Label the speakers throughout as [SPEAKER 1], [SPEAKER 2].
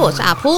[SPEAKER 1] 我是阿扑，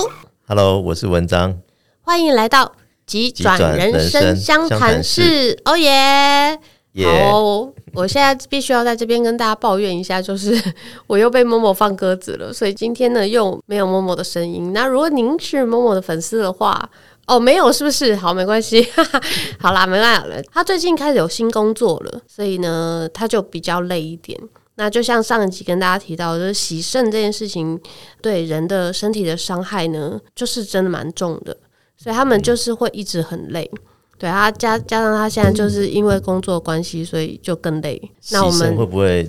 [SPEAKER 2] Hello，我是文章。
[SPEAKER 1] 欢迎来到急转人生相谈室，哦耶！
[SPEAKER 2] 耶、
[SPEAKER 1] 好哦，我现在必须要在这边跟大家抱怨一下，就是 我又被某某放鸽子了，所以今天呢又没有某某的声音。那如果您是某某的粉丝的话，哦，没有是不是？好，没关系， 哈哈好啦，没办法了。他最近开始有新工作了，所以呢他就比较累一点。那就像上一集跟大家提到，就是洗肾这件事情对人的身体的伤害呢，就是真的蛮重的，所以他们就是会一直很累。对他加加上他现在就是因为工作关系，所以就更累。那我
[SPEAKER 2] 牺牲
[SPEAKER 1] 们
[SPEAKER 2] 会不会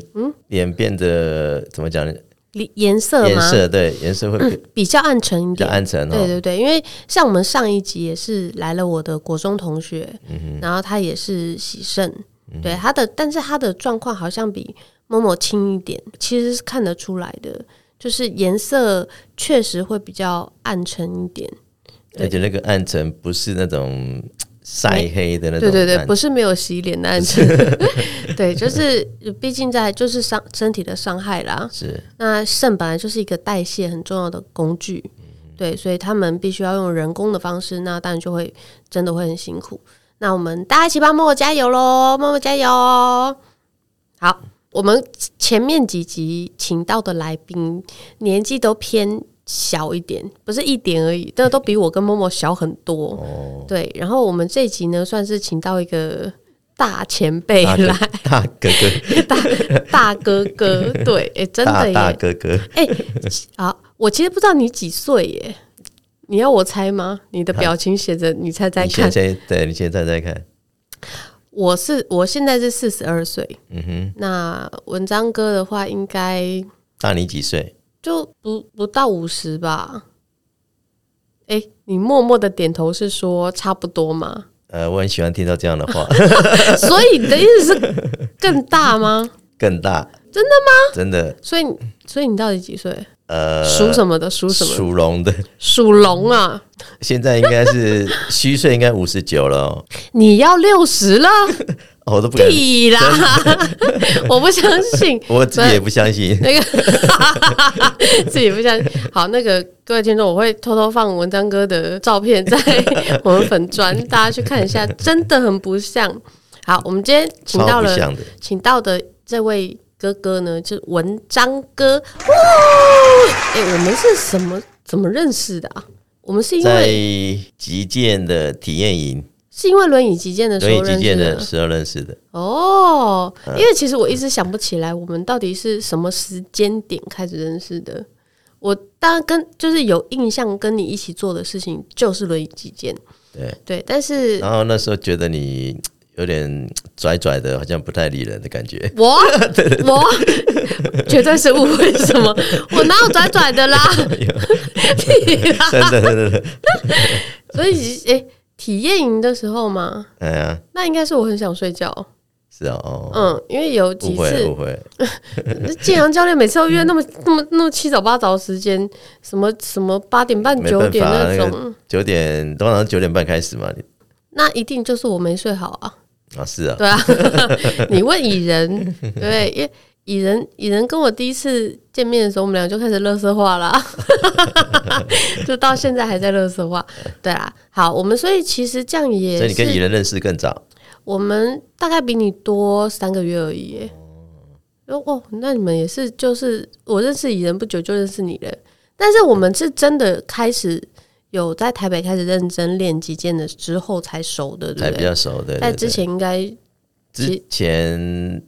[SPEAKER 2] 脸变得、怎么讲呢？
[SPEAKER 1] 里颜色
[SPEAKER 2] 颜
[SPEAKER 1] 吗？
[SPEAKER 2] 色对颜色会比
[SPEAKER 1] 比较暗沉一
[SPEAKER 2] 较
[SPEAKER 1] 点。
[SPEAKER 2] 暗沉
[SPEAKER 1] 对
[SPEAKER 2] 哦。
[SPEAKER 1] 对对，因为像我们上一集也是来了我的国中同学，
[SPEAKER 2] 嗯
[SPEAKER 1] 然后他也是喜肾，对他的，但是他的状况好像比某某轻一点，其实是看得出来的，就是颜色确实会比较暗沉一点。对
[SPEAKER 2] 而且那个暗沉不是那种晒黑的那种
[SPEAKER 1] 对
[SPEAKER 2] 暗，
[SPEAKER 1] 对对，不是没有洗脸的暗沉， 对，就是毕竟在就是伤身体的伤害啦。
[SPEAKER 2] 是
[SPEAKER 1] 那肾本来就是一个代谢很重要的工具，
[SPEAKER 2] 嗯
[SPEAKER 1] 对，所以他们必须要用人工的方式，那当然就会真的会很辛苦。那我们大家一起帮默默加油喽，默默加油！好，我们前面几集请到的来宾年纪都偏小一点，不是一点而已，但都比我跟默默小很多。
[SPEAKER 2] 哦
[SPEAKER 1] 对，然后我们这集呢，算是请到一个大前辈
[SPEAKER 2] 大哥
[SPEAKER 1] 来，
[SPEAKER 2] 大哥哥
[SPEAKER 1] 大大哥哥，对，哎、 真的
[SPEAKER 2] 大
[SPEAKER 1] 耶，
[SPEAKER 2] 大哥哥，
[SPEAKER 1] 哎、啊，我其实不知道你几岁耶，你要我猜吗？你的表情写着，你猜猜
[SPEAKER 2] 你现
[SPEAKER 1] 看。
[SPEAKER 2] 在对你现在在看，
[SPEAKER 1] 我是我现在是四十二岁，
[SPEAKER 2] 嗯哼，
[SPEAKER 1] 那文章哥的话应该
[SPEAKER 2] 大你几岁？
[SPEAKER 1] 就不不到五十吧。哎、你默默的点头是说差不多 吗？
[SPEAKER 2] 呃，我很喜欢听到这样的话，
[SPEAKER 1] 所以你的意思是更大吗？
[SPEAKER 2] 更大，
[SPEAKER 1] 真
[SPEAKER 2] 的吗？真的，
[SPEAKER 1] 所以你所以你到底几岁？
[SPEAKER 2] 呃，
[SPEAKER 1] 属什么的？属什么？
[SPEAKER 2] 属龙的，
[SPEAKER 1] 属龙啊！
[SPEAKER 2] 现在应该是虚岁，应该五十九了哦
[SPEAKER 1] 你要六十了？
[SPEAKER 2] 哦，我都不敢，
[SPEAKER 1] 屁 啦！我不相信。
[SPEAKER 2] 我自己也不相信。
[SPEAKER 1] 那个 自己不相信。好，那个各位听众，我会偷偷放文章哥的照片 在我们粉砖，大家去看一下，真的很不像。好，我们今天请到
[SPEAKER 2] 超不
[SPEAKER 1] 了
[SPEAKER 2] 像的，
[SPEAKER 1] 请到的这位哥哥呢，就是文章哥。哎、我们是什么怎么认识的啊？我们是因
[SPEAKER 2] 在
[SPEAKER 1] 为
[SPEAKER 2] 击剑的体验营，
[SPEAKER 1] 是因为轮椅击剑的时
[SPEAKER 2] 所以
[SPEAKER 1] 候
[SPEAKER 2] 击
[SPEAKER 1] 认识
[SPEAKER 2] 剑的
[SPEAKER 1] 的
[SPEAKER 2] 时候认识的，
[SPEAKER 1] 哦，
[SPEAKER 2] 嗯
[SPEAKER 1] 因为其实我一直想不起来我们到底是什么时间点开始认识的。我当然跟就是有印象，跟你一起做的事情就是轮椅击剑，
[SPEAKER 2] 对。哦
[SPEAKER 1] 对，但是
[SPEAKER 2] 然后那时候觉得你有点拽拽的，好像不太理人的感觉。
[SPEAKER 1] 我我绝对是误会什么，我哪有拽拽的啦， 屁啦
[SPEAKER 2] 真的，真的，真的
[SPEAKER 1] 所以诶、体验营的时候嘛，
[SPEAKER 2] 哎呀，
[SPEAKER 1] 那应该是我很想睡觉，
[SPEAKER 2] 是啊哦，
[SPEAKER 1] 嗯，因为有几
[SPEAKER 2] 误会，
[SPEAKER 1] 次
[SPEAKER 2] 误会，
[SPEAKER 1] 建阳教练每次都约那么、
[SPEAKER 2] 嗯
[SPEAKER 1] 那么、那么七早八早的时间，什么什么八点半、
[SPEAKER 2] 没
[SPEAKER 1] 九
[SPEAKER 2] 办
[SPEAKER 1] 点
[SPEAKER 2] 法，那
[SPEAKER 1] 种，
[SPEAKER 2] 个九点，通常九点半开始嘛。你
[SPEAKER 1] 那一定就是我没睡好啊。
[SPEAKER 2] 啊，是啊，
[SPEAKER 1] 对啊， 你问蚁人，对，因为蚁人蚁人跟我第一次见面的时候，我们俩就开始乐色话啦， 就到现在还在乐色话。对啦，好，我们所以其实这样也
[SPEAKER 2] 所以你跟蚁
[SPEAKER 1] 是，
[SPEAKER 2] 人认识更早，
[SPEAKER 1] 我们大概比你多三个月而已耶。哦哦，那你们也是，就是我认识蚁人不久就认识你了，但是我们是真的开始有在台北开始认真练击剑的之后才熟的，对
[SPEAKER 2] 才
[SPEAKER 1] 不
[SPEAKER 2] 比
[SPEAKER 1] 对？
[SPEAKER 2] 较熟。对，对
[SPEAKER 1] 在
[SPEAKER 2] 对
[SPEAKER 1] 之前应该
[SPEAKER 2] 之前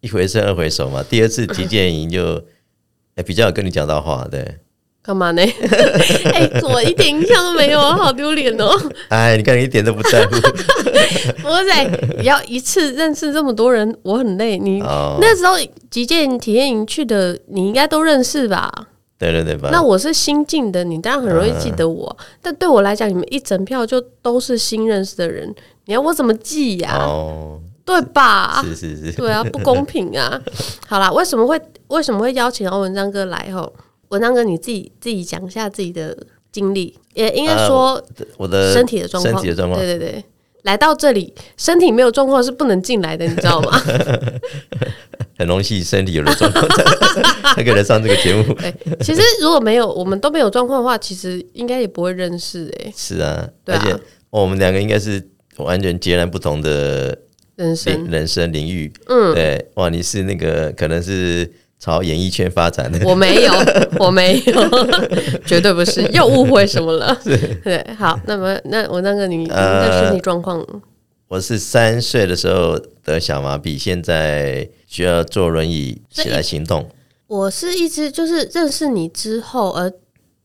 [SPEAKER 2] 一回生二回熟嘛，第二次击剑营 就。哎比较有跟你讲到话，对，
[SPEAKER 1] 干嘛呢？ 哎、我一点印象都没有，好丢脸哦！
[SPEAKER 2] 哎，你看你一点都不 在乎
[SPEAKER 1] 我在要一次认识这么多人，我很累。你、
[SPEAKER 2] 哦，
[SPEAKER 1] 那时候击剑体验营去的，你应该都认识吧？
[SPEAKER 2] 对对对吧？
[SPEAKER 1] 那我是新进的，你当然很容易记得我。但对我来讲，你们一整票就都是新认识的人，你要我怎么记呀、
[SPEAKER 2] 哦，
[SPEAKER 1] 对吧？
[SPEAKER 2] 是是是，
[SPEAKER 1] 对啊，不公平 啊！好啦，为什么会为什么会邀请到文章哥来？吼，文章哥你自己自己讲一下自己的经历，也应该说
[SPEAKER 2] 呃我的
[SPEAKER 1] 身体的状况，
[SPEAKER 2] 身体的状况，
[SPEAKER 1] 对对对，来到这里，身体没有状况是不能进来的，你知道吗？
[SPEAKER 2] 很荣幸身体有了状况， 才才可以来上这个节目。
[SPEAKER 1] 对，其实如果没有我们都没有状况的话，其实应该也不会认识诶、
[SPEAKER 2] 是啊，
[SPEAKER 1] 对啊
[SPEAKER 2] 而且、哦我们两个应该是完全截然不同的
[SPEAKER 1] 人
[SPEAKER 2] 领
[SPEAKER 1] 生。
[SPEAKER 2] 人生领域。嗯，对，哇，你是那个可能是朝演艺圈发展的，
[SPEAKER 1] 我没有，我没 有，绝对不是，又误会什么了？对，好，那么那我那个你你的
[SPEAKER 2] 呃
[SPEAKER 1] 身体状况，
[SPEAKER 2] 我是三岁的时候得小麻痹，现在需要坐轮椅
[SPEAKER 1] 所以
[SPEAKER 2] 起来行动。
[SPEAKER 1] 我是一直就是认识你之后，而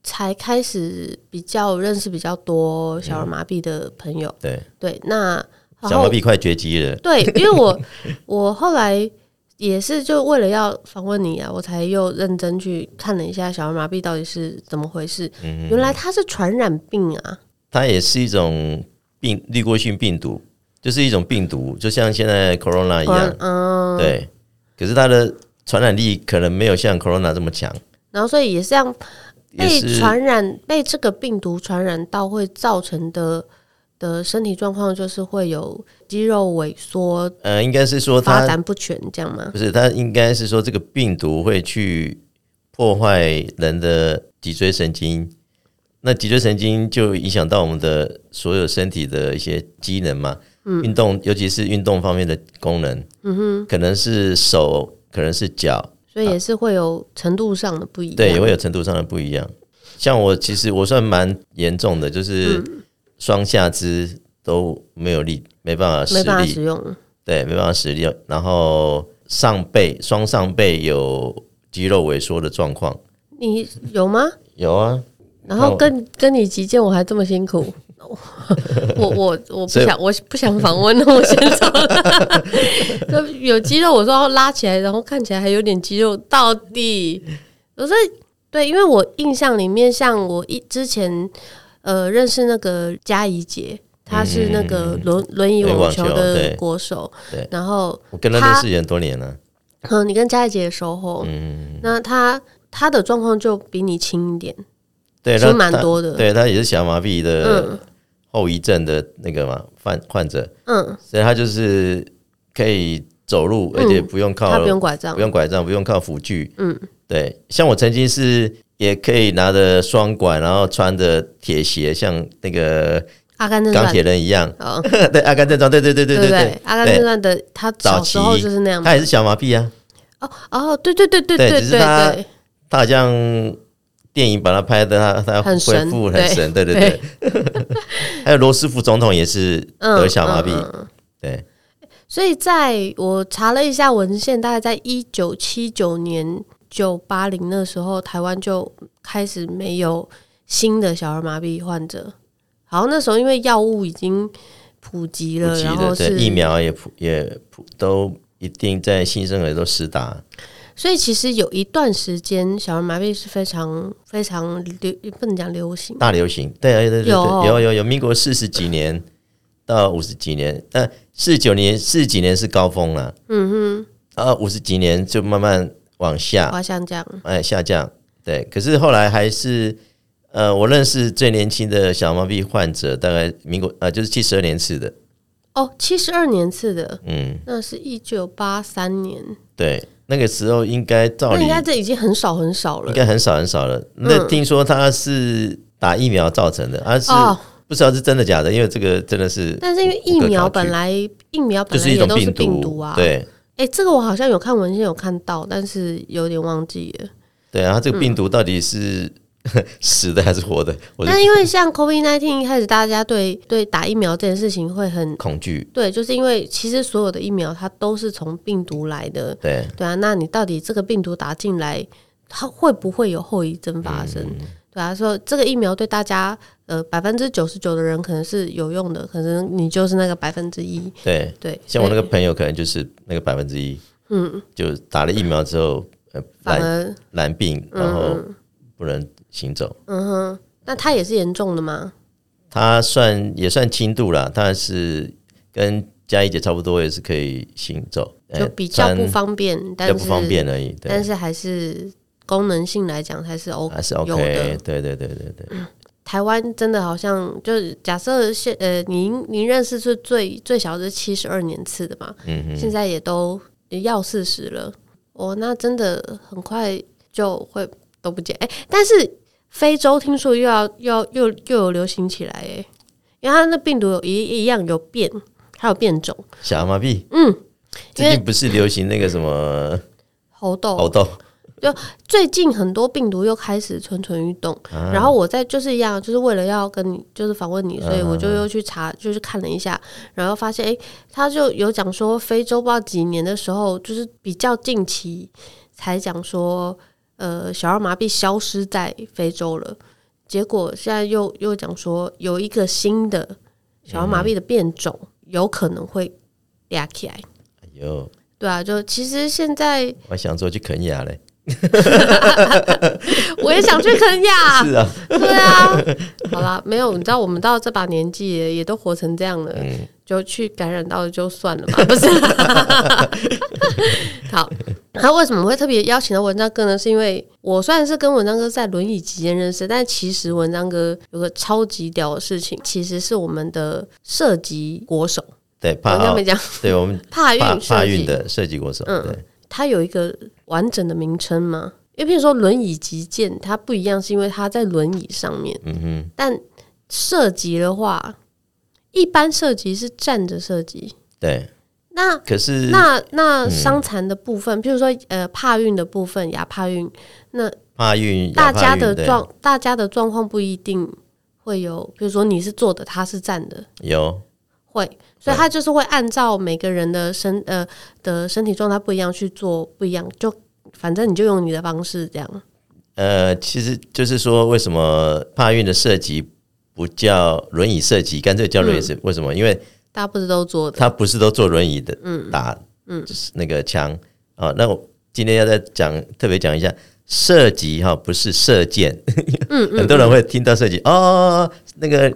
[SPEAKER 1] 才开始比较认识比较多小儿麻痹的朋友。
[SPEAKER 2] 对，
[SPEAKER 1] 对，那然
[SPEAKER 2] 嗯小
[SPEAKER 1] 后
[SPEAKER 2] 麻痹快绝迹了。
[SPEAKER 1] 对，因为 我我后来也是就为了要访问你啊，我才又认真去看了一下小儿麻痹到底是怎么回事。
[SPEAKER 2] 嗯
[SPEAKER 1] 原来它是传染病啊！
[SPEAKER 2] 它也是一种病滤过性病毒，就是一种病毒，就像现在 corona 一样。
[SPEAKER 1] 嗯，
[SPEAKER 2] 对，可是它的传染力可能没有像 corona 这么强，
[SPEAKER 1] 然后所以也是这样
[SPEAKER 2] 也
[SPEAKER 1] 被
[SPEAKER 2] 是
[SPEAKER 1] 传染，被这个病毒传染到会造成的的身体状况，就是会有肌肉萎缩、
[SPEAKER 2] 呃，应该是说
[SPEAKER 1] 发
[SPEAKER 2] 它
[SPEAKER 1] 展不全，这样吗？
[SPEAKER 2] 不是，它应该是说这个病毒会去破坏人的脊椎神经，那脊椎神经就影响到我们的所有身体的一些机能嘛，
[SPEAKER 1] 嗯
[SPEAKER 2] 运动尤其是运动方面的功能，嗯哼，可能是手，可能是脚，
[SPEAKER 1] 所以也是会有程度上的不一样。
[SPEAKER 2] 对，也会有程度上的不一样。像我其实我算蛮严重的，就是
[SPEAKER 1] 嗯
[SPEAKER 2] 双下肢都没有力，没办法
[SPEAKER 1] 没
[SPEAKER 2] 使
[SPEAKER 1] 办法
[SPEAKER 2] 力，
[SPEAKER 1] 使用。
[SPEAKER 2] 对，没办法使力。然后上背双上背有肌肉萎缩的状况，
[SPEAKER 1] 你有吗？
[SPEAKER 2] 有啊，
[SPEAKER 1] 然后
[SPEAKER 2] 那我
[SPEAKER 1] 跟跟你击剑，我还这么辛苦，我我我不
[SPEAKER 2] 所以
[SPEAKER 1] 想，我不想访问了，我先走了。 就有肌肉，我说要拉起来，然后看起来还有点肌肉，到底我说对，因为我印象里面，像我一之前呃认识那个佳怡姐，她是那个轮轮椅
[SPEAKER 2] 轮椅
[SPEAKER 1] 网
[SPEAKER 2] 网
[SPEAKER 1] 球
[SPEAKER 2] 球
[SPEAKER 1] 的
[SPEAKER 2] 嗯对
[SPEAKER 1] 国手
[SPEAKER 2] 对，
[SPEAKER 1] 然后
[SPEAKER 2] 我跟他
[SPEAKER 1] 他
[SPEAKER 2] 认识也很多年了、
[SPEAKER 1] 嗯，你跟佳怡姐熟后，
[SPEAKER 2] 嗯
[SPEAKER 1] 那她她的状况就比你轻一点，
[SPEAKER 2] 对，
[SPEAKER 1] 其实
[SPEAKER 2] 他
[SPEAKER 1] 蛮
[SPEAKER 2] 他
[SPEAKER 1] 多的
[SPEAKER 2] 对他也是小麻痹的
[SPEAKER 1] 嗯
[SPEAKER 2] 后遗症的那个嘛患患者，
[SPEAKER 1] 嗯，
[SPEAKER 2] 所以他就是可以走路，而且不用靠
[SPEAKER 1] 她嗯不用拐杖
[SPEAKER 2] 不。用拐杖，不用靠辅具。嗯，对，像我曾经是也可以拿着双管，然后穿着铁鞋，像那个
[SPEAKER 1] 阿甘正
[SPEAKER 2] 钢
[SPEAKER 1] 传
[SPEAKER 2] 铁人一样。
[SPEAKER 1] 哦，
[SPEAKER 2] 对，阿甘正传，对对对对
[SPEAKER 1] 对不
[SPEAKER 2] 对，
[SPEAKER 1] 阿甘正传的他小时候
[SPEAKER 2] 早期
[SPEAKER 1] 就是那样嘛。
[SPEAKER 2] 他也是小麻痹啊，
[SPEAKER 1] 哦哦，对对对对
[SPEAKER 2] 对
[SPEAKER 1] 对
[SPEAKER 2] 只
[SPEAKER 1] 对
[SPEAKER 2] 是他
[SPEAKER 1] 对，
[SPEAKER 2] 他好像电影把他拍的，他他
[SPEAKER 1] 很
[SPEAKER 2] 恢
[SPEAKER 1] 神
[SPEAKER 2] 复
[SPEAKER 1] 对
[SPEAKER 2] 很神，对对对。 还有罗斯福总统也是
[SPEAKER 1] 嗯，
[SPEAKER 2] 得小麻
[SPEAKER 1] 嗯
[SPEAKER 2] 痹，。
[SPEAKER 1] 嗯
[SPEAKER 2] 对，
[SPEAKER 1] 所以在我查了一下文献，大概在一九七九年、九八零那时候，台湾就开始没有新的小儿麻痹患者。好像那时候因为药物已经普及了，
[SPEAKER 2] 普及
[SPEAKER 1] 然后
[SPEAKER 2] 的，
[SPEAKER 1] 是
[SPEAKER 2] 对疫苗也普也普都一定在新生儿都施打，
[SPEAKER 1] 所以其实有一段时间，小儿麻痹是非常非常流，不能讲流行。
[SPEAKER 2] 大流行，对对对对，
[SPEAKER 1] 有哦
[SPEAKER 2] 有有有，民国四十几年到五十几年，呃，四十九年四十几年是高峰了，嗯哼，啊，五十几年就慢慢往下，
[SPEAKER 1] 花像这样，
[SPEAKER 2] 哎，下降，对，可是后来还是，呃，我认识最年轻的小麻痹患者，大概民国呃就是七十二年次的，
[SPEAKER 1] 哦，七十二年次的，
[SPEAKER 2] 嗯，
[SPEAKER 1] 那是一九八三年，
[SPEAKER 2] 对，那个时候应该照
[SPEAKER 1] 那
[SPEAKER 2] 理
[SPEAKER 1] 应该这已经很少很少了
[SPEAKER 2] 应。该很少很少了，那听说他是打疫苗造成的，而、是、
[SPEAKER 1] 哦，
[SPEAKER 2] 不知道是真的假的，因为这个真的是。
[SPEAKER 1] 但是因为疫苗本来疫苗
[SPEAKER 2] 就
[SPEAKER 1] 本来
[SPEAKER 2] 是一
[SPEAKER 1] 也
[SPEAKER 2] 种
[SPEAKER 1] 都是
[SPEAKER 2] 毒，
[SPEAKER 1] 病毒啊。，
[SPEAKER 2] 对，
[SPEAKER 1] 哎、这个我好像有看文献有看到，但是有点忘记了。
[SPEAKER 2] 对啊，它这
[SPEAKER 1] 嗯
[SPEAKER 2] 个病毒到底是、 死的还是活的？我是
[SPEAKER 1] 但因为像 COVID nineteen 一开始大家对对打疫苗这件事情会很
[SPEAKER 2] 恐惧。
[SPEAKER 1] 对，就是因为其实所有的疫苗它都是从病毒来的，
[SPEAKER 2] 对，
[SPEAKER 1] 对啊，那你到底这个病毒打进来，它会不会有后遗症发生？
[SPEAKER 2] 嗯
[SPEAKER 1] 对啊，所以这个疫苗对大家，呃，百分之九十九的人可能是有用的，可能你就是那个百分之一。
[SPEAKER 2] 对，
[SPEAKER 1] 对，
[SPEAKER 2] 像我那
[SPEAKER 1] 所以
[SPEAKER 2] 个朋友可能就是那个百分之一，嗯，就打了疫苗之后，呃，
[SPEAKER 1] 反
[SPEAKER 2] 染
[SPEAKER 1] 而，
[SPEAKER 2] 染病，然后不能行走。
[SPEAKER 1] 嗯哼，那它也是严重的吗？
[SPEAKER 2] 他算也算轻度啦，但是跟佳怡姐差不多，也是可以行走，
[SPEAKER 1] 就
[SPEAKER 2] 呃
[SPEAKER 1] 比较不
[SPEAKER 2] 穿
[SPEAKER 1] 方便，
[SPEAKER 2] 比
[SPEAKER 1] 但
[SPEAKER 2] 较
[SPEAKER 1] 是
[SPEAKER 2] 不方便而已。对
[SPEAKER 1] 但，是还是功能性来讲还是 OK。
[SPEAKER 2] 还是
[SPEAKER 1] 有的嗯
[SPEAKER 2] OK。对对对对对，
[SPEAKER 1] 台湾真的好像就是假设现呃，您您认识是最最小是七十二年次的嘛，
[SPEAKER 2] 嗯哼，
[SPEAKER 1] 现在也都也要四十了，哦，那真的很快就会都不见哎、但是非洲听说又要又要又又有流行起来哎、因为它那病毒有一一样有变，还有变种
[SPEAKER 2] 小阿麻痹，嗯，最近不是流行那个什么
[SPEAKER 1] 哦猴痘
[SPEAKER 2] 猴痘，
[SPEAKER 1] 最近很多病毒又开始蠢蠢欲动，然后我在就是一样，就是为了要跟你就是访问你，所以我就又去查，就是看了一下，然后发现诶，他就有讲说非洲不知道几年的时候，就是比较近期才讲说，呃，小儿麻痹消失在非洲了，结果现在又又讲说有一个新的小儿麻痹的变种，有可能会俩起来，
[SPEAKER 2] 哎呦，
[SPEAKER 1] 对啊，就其实现在
[SPEAKER 2] 我还想说去肯雅嘞，
[SPEAKER 1] 我也想去肯雅，
[SPEAKER 2] 是啊，
[SPEAKER 1] 对啊，好啦，没有，你知道我们到这把年纪也也都活成这样了，
[SPEAKER 2] 嗯
[SPEAKER 1] 就去感染到就算了嘛，不是 啦？好，他为什么会特别邀请到文章哥呢？是因为我虽然是跟文章哥在轮椅期间认识，但其实文章哥有个超级屌的事情，其实是我们的射击国手，
[SPEAKER 2] 对，
[SPEAKER 1] 我
[SPEAKER 2] 帕
[SPEAKER 1] 跟他
[SPEAKER 2] 奥
[SPEAKER 1] 们，讲
[SPEAKER 2] 对我们
[SPEAKER 1] 帕
[SPEAKER 2] 帕
[SPEAKER 1] 运
[SPEAKER 2] 帕
[SPEAKER 1] 射
[SPEAKER 2] 运
[SPEAKER 1] 击，
[SPEAKER 2] 的射击国手，
[SPEAKER 1] 嗯
[SPEAKER 2] 对，
[SPEAKER 1] 它有一个完整的名称吗？因为譬如说轮椅击剑，它不一样，是因为它在轮椅上面。
[SPEAKER 2] 嗯哼，
[SPEAKER 1] 但射击的话，一般射击是站着射击。
[SPEAKER 2] 对，
[SPEAKER 1] 那
[SPEAKER 2] 可是
[SPEAKER 1] 那
[SPEAKER 2] 嗯
[SPEAKER 1] 那伤残的部分，譬如说呃帕运的部分、亚帕运，那
[SPEAKER 2] 帕运
[SPEAKER 1] 大家的，
[SPEAKER 2] 亚帕
[SPEAKER 1] 状大家的状况不一定会有，比如说你是坐的，他是站的，
[SPEAKER 2] 运对有，
[SPEAKER 1] 会，所以他就是会按照每个人的身呃的身体状态不一样去做不一样，就反正你就用你的方式这样。
[SPEAKER 2] 呃，其实就是说，为什么帕运的射击不叫轮椅射击，干脆叫轮椅
[SPEAKER 1] 嗯
[SPEAKER 2] 射？为什么？因为
[SPEAKER 1] 大家不是都坐的，
[SPEAKER 2] 他不是都坐轮椅的，打，
[SPEAKER 1] 嗯
[SPEAKER 2] 就是那个枪啊、那我今天要再讲，特别讲一下射击哈、不是射箭，
[SPEAKER 1] 嗯
[SPEAKER 2] 很多人会听到射击哦，那个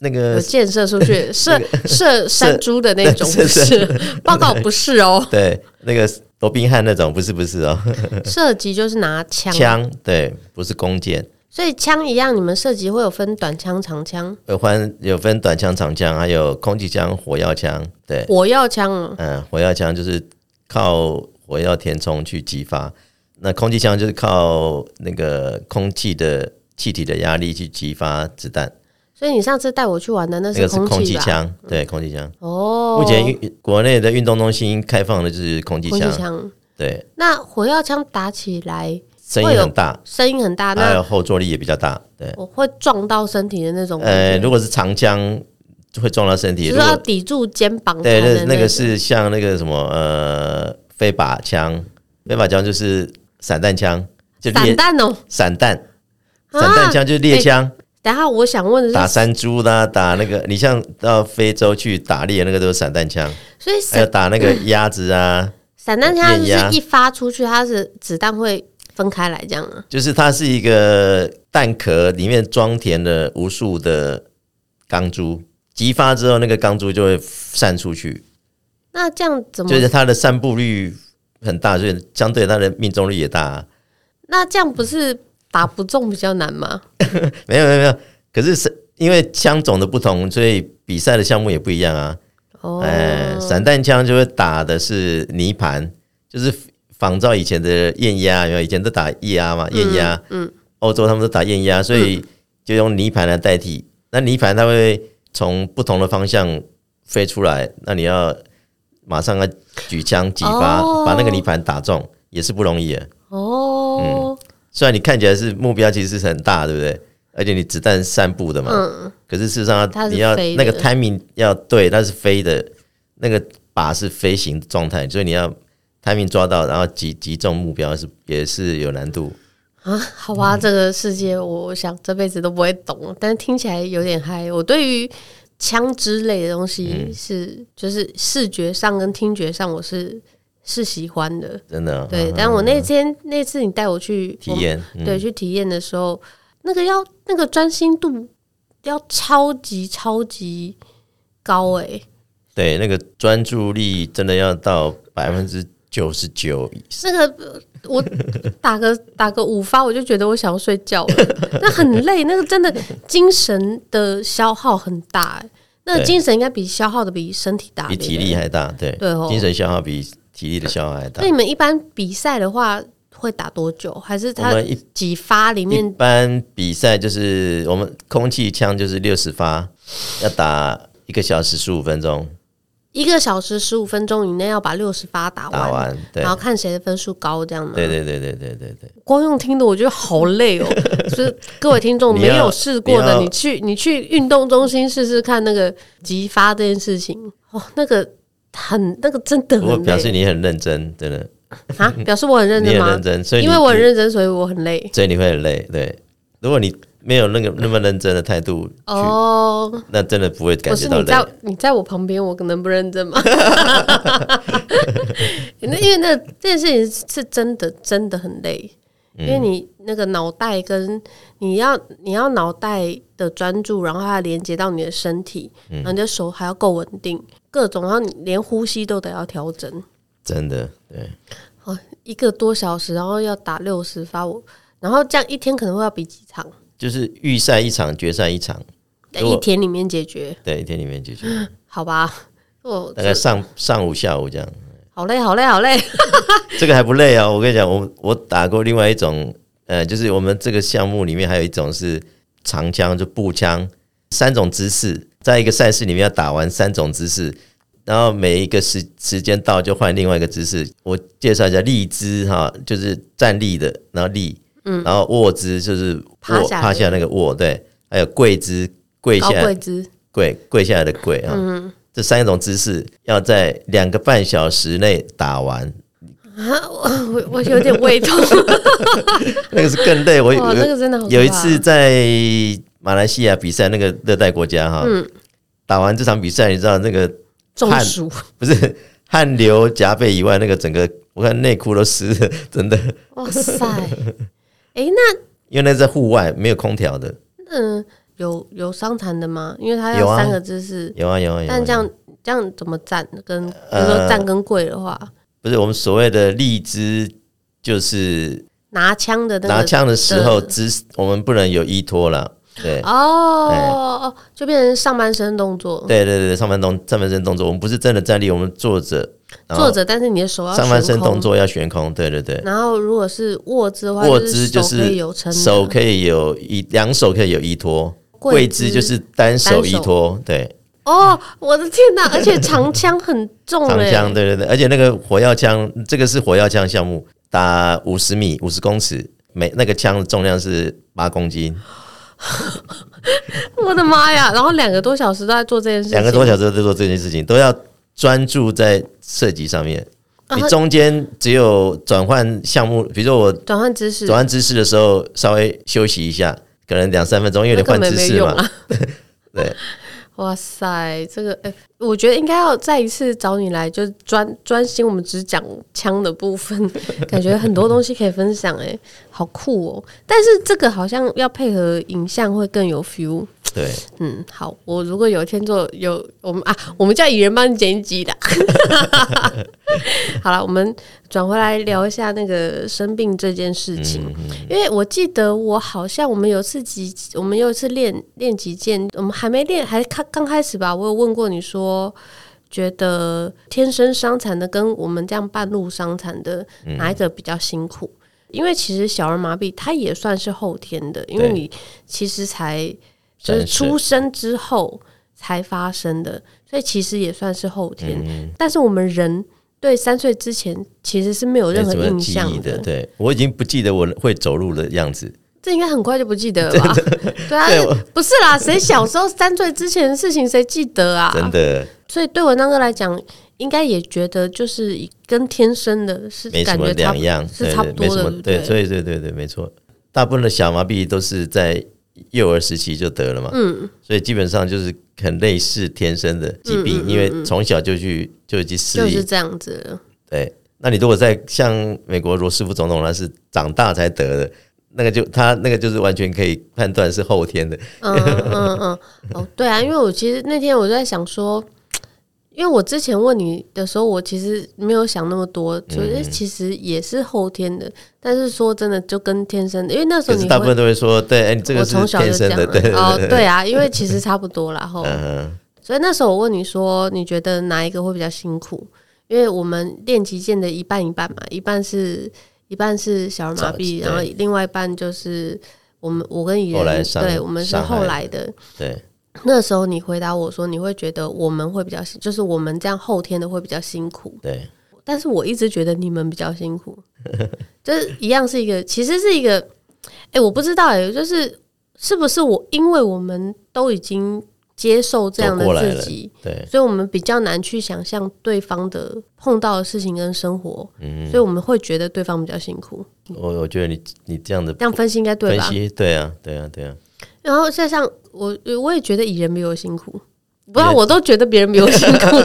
[SPEAKER 2] 那
[SPEAKER 1] 有
[SPEAKER 2] 呃个，
[SPEAKER 1] 箭射 出去，射射山猪的那种，
[SPEAKER 2] 射
[SPEAKER 1] 不是报告不是 哦，
[SPEAKER 2] 对，那个罗宾汉那种，不是不是哦，
[SPEAKER 1] 射击就是拿枪，
[SPEAKER 2] 枪对，不是弓箭，
[SPEAKER 1] 所以枪一样，你们射击会有分短枪、长枪、
[SPEAKER 2] 有分有分短枪、长枪，还有空气枪、火药枪，对，
[SPEAKER 1] 火药枪哦，
[SPEAKER 2] 嗯，火药枪就是靠火药填充去激发，那空气枪就是靠那个空气的气体的压力去激发子弹，
[SPEAKER 1] 所以你上次带我去玩的那
[SPEAKER 2] 那个是空
[SPEAKER 1] 气
[SPEAKER 2] 气
[SPEAKER 1] 吧？
[SPEAKER 2] 枪，对，空气枪。
[SPEAKER 1] 哦，
[SPEAKER 2] 目前运国内的运动中心开放的就是空气
[SPEAKER 1] 空气
[SPEAKER 2] 枪，
[SPEAKER 1] 枪。
[SPEAKER 2] 对，
[SPEAKER 1] 那火药枪打起来
[SPEAKER 2] 声音很大，
[SPEAKER 1] 声音很大，
[SPEAKER 2] 还
[SPEAKER 1] 啊那
[SPEAKER 2] 有后坐力也比较大，对。
[SPEAKER 1] 我会撞到身体的那种感
[SPEAKER 2] 呃，
[SPEAKER 1] 觉，
[SPEAKER 2] 如果是长枪会撞到身体，
[SPEAKER 1] 就
[SPEAKER 2] 如
[SPEAKER 1] 是要
[SPEAKER 2] 果
[SPEAKER 1] 抵住肩膀才
[SPEAKER 2] 对，
[SPEAKER 1] 能
[SPEAKER 2] 那那
[SPEAKER 1] 种
[SPEAKER 2] 个是像那个什么呃飞靶枪，飞靶枪就是散弹枪，就
[SPEAKER 1] 散
[SPEAKER 2] 猎
[SPEAKER 1] 弹哦。
[SPEAKER 2] 散弹。
[SPEAKER 1] 啊
[SPEAKER 2] 散弹枪就是猎枪，
[SPEAKER 1] 等一下我想问的
[SPEAKER 2] 打
[SPEAKER 1] 是，
[SPEAKER 2] 山猪啦，打那个，你像到非洲去打猎那个都是散弹枪，
[SPEAKER 1] 所以
[SPEAKER 2] 还有
[SPEAKER 1] 散
[SPEAKER 2] 打那个鸭子啊，
[SPEAKER 1] 散弹枪它就
[SPEAKER 2] 电压
[SPEAKER 1] 是一发出去，它是子弹会分开来这样啊。
[SPEAKER 2] 就是它是一个弹壳，里面装填了无数的钢珠，激发之后那个钢珠就会散出去，
[SPEAKER 1] 那这样怎么
[SPEAKER 2] 就是它的散布率很大，所以相对它的命中率也大、啊。
[SPEAKER 1] 那这样不是打不中比较难吗？
[SPEAKER 2] 没有没有没有，可是是因为枪种的不同，所以比赛的项目也不一样啊。
[SPEAKER 1] 哦，
[SPEAKER 2] 哎，散弹枪就会打的是泥盘，就是仿照以前的燕鸭，有没有以前都打液鸭嘛，燕鸭，嗯，欧洲他们都打燕鸭，所以就用泥盘来代替。那泥盘它会从不同的方向飞出来，那你要马上要举枪击发，
[SPEAKER 1] 哦
[SPEAKER 2] 把那个泥盘打中，也是不容易的。
[SPEAKER 1] 哦，
[SPEAKER 2] 虽然你看起来是目标，其实是很大，对不对？而且你子弹散布的嘛，
[SPEAKER 1] 嗯，
[SPEAKER 2] 可是事实上
[SPEAKER 1] 它
[SPEAKER 2] 它，
[SPEAKER 1] 是
[SPEAKER 2] 你要
[SPEAKER 1] 飞的
[SPEAKER 2] 那个 timing 要对，它是飞的，那个靶是飞行状态，所以你要 timing 抓到，然后击击中目标是也是有难度。
[SPEAKER 1] 啊，好
[SPEAKER 2] 嗯
[SPEAKER 1] 吧，这个世界我想这辈子都不会懂，但是听起来有点嗨。我对于枪支类的东西是，
[SPEAKER 2] 嗯
[SPEAKER 1] 就是视觉上跟听觉上我是是喜欢的，
[SPEAKER 2] 真的哦、
[SPEAKER 1] 对。但我那天那次你带我去
[SPEAKER 2] 体，验，
[SPEAKER 1] 我
[SPEAKER 2] 嗯，
[SPEAKER 1] 对，去体验的时候，那个要那个专心度要超级超级高诶、欸
[SPEAKER 2] 对，那个专注力真的要到百分之九十九以上。
[SPEAKER 1] 这个我打个打个五发，我就觉得我想要睡觉了。 那很累，那个真的精神的消耗很大、欸。那个
[SPEAKER 2] 对
[SPEAKER 1] 精神应该比消耗的比身体大，
[SPEAKER 2] 比体力。还大，对，
[SPEAKER 1] 对哦
[SPEAKER 2] 精神消耗比体力的消耗还大
[SPEAKER 1] 那。你们一般比赛的话会打多久？还是
[SPEAKER 2] 我
[SPEAKER 1] 他
[SPEAKER 2] 们一
[SPEAKER 1] 几发里
[SPEAKER 2] 一
[SPEAKER 1] 面
[SPEAKER 2] 般比赛就是我们空气枪就是六十发，要打一个小时十五分钟
[SPEAKER 1] 一个小时十五分钟以内要把六十发打完，
[SPEAKER 2] 打完，对
[SPEAKER 1] 然，后看谁的分数高这样吗？
[SPEAKER 2] 对对对对对对对。
[SPEAKER 1] 光用听的我觉得好累哦。就是各位听众
[SPEAKER 2] 你
[SPEAKER 1] 没
[SPEAKER 2] 要
[SPEAKER 1] 有试过
[SPEAKER 2] 你
[SPEAKER 1] 的，
[SPEAKER 2] 要
[SPEAKER 1] 你去你去运动中心试试看那个激发这件事情哦，那个很那个真的
[SPEAKER 2] 不过
[SPEAKER 1] 很
[SPEAKER 2] 表示
[SPEAKER 1] 累
[SPEAKER 2] 你很认真，真的，
[SPEAKER 1] 啊！表示我很认
[SPEAKER 2] 你
[SPEAKER 1] 真
[SPEAKER 2] 很
[SPEAKER 1] 吗
[SPEAKER 2] 认？真，所以你
[SPEAKER 1] 因为我很认真，所以我很累
[SPEAKER 2] 所以你会很累。对，如果你没有那个那么认真的态度去，
[SPEAKER 1] 哦。
[SPEAKER 2] 那真的不会感
[SPEAKER 1] 不
[SPEAKER 2] 觉
[SPEAKER 1] 是
[SPEAKER 2] 到
[SPEAKER 1] 你
[SPEAKER 2] 累。
[SPEAKER 1] 在你在我旁边，我可能不认真 嘛。那因为那这件事情是真的真的很累，因为你那个脑袋跟你要你要脑袋的专注，然后还要连接到你的身体，
[SPEAKER 2] 嗯
[SPEAKER 1] 然后你的手还要够稳定，各种，然后你连呼吸都得要调整。
[SPEAKER 2] 真的，对，
[SPEAKER 1] 哦，一个多小时，然后要打六十发，我然后这样一天可能会要比几场，
[SPEAKER 2] 就是预赛一场，决赛一场，
[SPEAKER 1] 在
[SPEAKER 2] 如果
[SPEAKER 1] 一天里面解决，
[SPEAKER 2] 对，一天里面 解决，
[SPEAKER 1] 好吧？我
[SPEAKER 2] 大概上上午、下午这样。
[SPEAKER 1] 好累，好累，好累。
[SPEAKER 2] 这个还不累啊！我跟你讲，我我打过另外一种，呃，就是我们这个项目里面还有一种是长枪，就步枪，三种姿势，在一个赛事里面要打完三种姿势，然后每一个时时间到就换另外一个姿势。我介绍一下立姿哈，就是站立的，然后立，嗯，然后卧姿就是
[SPEAKER 1] 趴
[SPEAKER 2] 卧
[SPEAKER 1] 下来
[SPEAKER 2] 趴下那个卧，对，还有跪姿跪下
[SPEAKER 1] 高
[SPEAKER 2] 来
[SPEAKER 1] 贵姿。
[SPEAKER 2] 跪跪下来的跪啊，这三种姿势要在两个半小时内打完。
[SPEAKER 1] 啊，我我我有点胃痛，
[SPEAKER 2] 那个是更累。 我有
[SPEAKER 1] 哇，那个真的好可怕
[SPEAKER 2] 有一次在马来西亚比赛，那个热带国家哈，
[SPEAKER 1] 嗯
[SPEAKER 2] 打完这场比赛，你知道那个
[SPEAKER 1] 中暑，
[SPEAKER 2] 不是 汗流浃背以外，那个整个我看内裤都湿了，真的，
[SPEAKER 1] 哇 塞！哎、那
[SPEAKER 2] 因为那是在户外，没有空调的。
[SPEAKER 1] 嗯、有有伤残的吗？因为他
[SPEAKER 2] 有
[SPEAKER 1] 要
[SPEAKER 2] 啊
[SPEAKER 1] 三个姿势，
[SPEAKER 2] 有啊有啊有啊。
[SPEAKER 1] 但这
[SPEAKER 2] 有
[SPEAKER 1] 样
[SPEAKER 2] 啊
[SPEAKER 1] 这样怎么站？跟比
[SPEAKER 2] 呃
[SPEAKER 1] 如说站跟跪的话，
[SPEAKER 2] 不是我们所谓的立姿，就是
[SPEAKER 1] 拿枪的那个
[SPEAKER 2] 拿枪的时候
[SPEAKER 1] 的
[SPEAKER 2] 姿，我们不能有依托了。对
[SPEAKER 1] 哦、
[SPEAKER 2] 哎
[SPEAKER 1] 哦，就变成上半身动作，
[SPEAKER 2] 对对对，上半动上半身动作，我们不是真的站立，我们坐着，然后
[SPEAKER 1] 坐着，但是你的手要
[SPEAKER 2] 上半身
[SPEAKER 1] 悬空
[SPEAKER 2] 动。作要悬空。对对对。
[SPEAKER 1] 然后如果是握姿的话，
[SPEAKER 2] 握姿就
[SPEAKER 1] 手可以有
[SPEAKER 2] 是
[SPEAKER 1] 撑的，
[SPEAKER 2] 手可以有一两手可以有依托，跪
[SPEAKER 1] 跪
[SPEAKER 2] 姿就是单手依
[SPEAKER 1] 单手
[SPEAKER 2] 托，对，
[SPEAKER 1] 哦，我的天哪！而且长枪很重
[SPEAKER 2] 长
[SPEAKER 1] 哎、
[SPEAKER 2] 枪，对对对，而且那个火药枪，这个是火药枪项目，打五十米五十公尺，每那个枪的重量是八公斤，
[SPEAKER 1] 我的妈呀！然后两个多小时都在做这件事情，
[SPEAKER 2] 两个多小时都做这件事情，都要专注在射击上面。
[SPEAKER 1] 啊
[SPEAKER 2] 你中间只有转换项目，比如说我
[SPEAKER 1] 转换姿势，
[SPEAKER 2] 转换姿势的时候稍微休息一下，可能两三分钟，因为
[SPEAKER 1] 那
[SPEAKER 2] 你换
[SPEAKER 1] 根本
[SPEAKER 2] 姿
[SPEAKER 1] 没
[SPEAKER 2] 势
[SPEAKER 1] 用
[SPEAKER 2] 嘛，
[SPEAKER 1] 啊。
[SPEAKER 2] 对，
[SPEAKER 1] 哇塞，这个哎、我觉得应该要再一次找你来，就是专专心我们只讲枪的部 分，感觉很多东西可以分享哎、好酷哦！但是这个好像要配合影像会更有 feel。
[SPEAKER 2] 对。
[SPEAKER 1] 嗯，好，我如果有一天做有我们啊，我们叫蚁人帮你剪辑 的。 好了，我们转回来聊一下那个生病这件
[SPEAKER 2] 嗯
[SPEAKER 1] 事情，因为我记得我好像我们有一次击，我们有一次练练击剑，我们还没练，还刚刚开始吧。我有问过你说，觉得天生伤残的跟我们这样半路伤残的哪一个比较辛苦？因为其实小儿麻痹它也算是后天的，因为
[SPEAKER 2] 对
[SPEAKER 1] 你其实才就是
[SPEAKER 2] 三岁
[SPEAKER 1] 出生之后才发生的，所以其实也算是后
[SPEAKER 2] 嗯
[SPEAKER 1] 天。但是我们人对三岁之前其实是没有
[SPEAKER 2] 没
[SPEAKER 1] 任何
[SPEAKER 2] 什么
[SPEAKER 1] 印
[SPEAKER 2] 记
[SPEAKER 1] 象
[SPEAKER 2] 忆的。对我已经不记得我会走路的样子，
[SPEAKER 1] 这应该很快就不记得了吧？ 对啊
[SPEAKER 2] 对我，
[SPEAKER 1] 不是啦，谁小时候三岁之前的事情谁记得啊？
[SPEAKER 2] 真的
[SPEAKER 1] 所以对文章哥来讲，应该也觉得就是跟天生的是
[SPEAKER 2] 没什
[SPEAKER 1] 感
[SPEAKER 2] 么
[SPEAKER 1] 觉差
[SPEAKER 2] 两
[SPEAKER 1] 不
[SPEAKER 2] 样，
[SPEAKER 1] 是
[SPEAKER 2] 对
[SPEAKER 1] 差
[SPEAKER 2] 对，
[SPEAKER 1] 不
[SPEAKER 2] 没
[SPEAKER 1] 多
[SPEAKER 2] 什
[SPEAKER 1] 的，对
[SPEAKER 2] 么
[SPEAKER 1] 不
[SPEAKER 2] 对，
[SPEAKER 1] 对？
[SPEAKER 2] 所以对对对，没错，大部分的小麻痹都是在幼儿时期就得了嘛，嗯，所以基本上就是很类似天生的疾
[SPEAKER 1] 嗯
[SPEAKER 2] 病，因为从小就去就已经
[SPEAKER 1] 就
[SPEAKER 2] 适
[SPEAKER 1] 是
[SPEAKER 2] 应，
[SPEAKER 1] 这样子 了。
[SPEAKER 2] 对。那你如果在像美国罗斯福总统，他是长大才得的，那个就他那个就是完全可以判断是后天的，
[SPEAKER 1] 嗯嗯嗯嗯，哦，对啊，因为我其实那天我在想说，因为我之前问你的时候，我其实没有想那么多，就是
[SPEAKER 2] 嗯
[SPEAKER 1] 其实也是后天的。但是说真的，就跟天生的，因为那时
[SPEAKER 2] 可
[SPEAKER 1] 候
[SPEAKER 2] 是
[SPEAKER 1] 你
[SPEAKER 2] 大部
[SPEAKER 1] 会，
[SPEAKER 2] 分都会说，对，哎，你这个
[SPEAKER 1] 我
[SPEAKER 2] 是
[SPEAKER 1] 从小就
[SPEAKER 2] 天
[SPEAKER 1] 这
[SPEAKER 2] 生
[SPEAKER 1] 样
[SPEAKER 2] 的，对对
[SPEAKER 1] 了哦，
[SPEAKER 2] 对，
[SPEAKER 1] 对啊，因为其实差不多 啦。后，
[SPEAKER 2] 嗯哼，
[SPEAKER 1] 所以那时候我问你说，你觉得哪一个会比较辛苦？因为我们练击剑的一半一半嘛，一半是一半是小儿麻
[SPEAKER 2] 早
[SPEAKER 1] 痹，
[SPEAKER 2] 期
[SPEAKER 1] 然后
[SPEAKER 2] 对
[SPEAKER 1] 另外一半就是我们我跟雨
[SPEAKER 2] 后来
[SPEAKER 1] 人，
[SPEAKER 2] 伤
[SPEAKER 1] 对我们是
[SPEAKER 2] 伤害
[SPEAKER 1] 后
[SPEAKER 2] 的
[SPEAKER 1] 来的。
[SPEAKER 2] 对，
[SPEAKER 1] 那时候你回答我说，你会觉得我们会比较辛，就是我们这样后天的会比较辛苦，
[SPEAKER 2] 对，
[SPEAKER 1] 但是我一直觉得你们比较辛苦， 就是一样是一个，其实是一个，哎、我不知道哎、就是是不是我，因为我们都已经接受这样的
[SPEAKER 2] 走过来
[SPEAKER 1] 自
[SPEAKER 2] 了
[SPEAKER 1] 己，
[SPEAKER 2] 对，
[SPEAKER 1] 所以我们比较难去想象对方的碰到的事情跟生活，
[SPEAKER 2] 嗯，
[SPEAKER 1] 所以我们会觉得对方比较辛苦。
[SPEAKER 2] 我我觉得你你这样的
[SPEAKER 1] 这样分析应该对
[SPEAKER 2] 分
[SPEAKER 1] 吧？
[SPEAKER 2] 析，对啊，对啊，对啊，
[SPEAKER 1] 然后再像我，我也觉得蚁人比我辛苦，不然
[SPEAKER 2] 也
[SPEAKER 1] 我都觉得别人比我辛苦。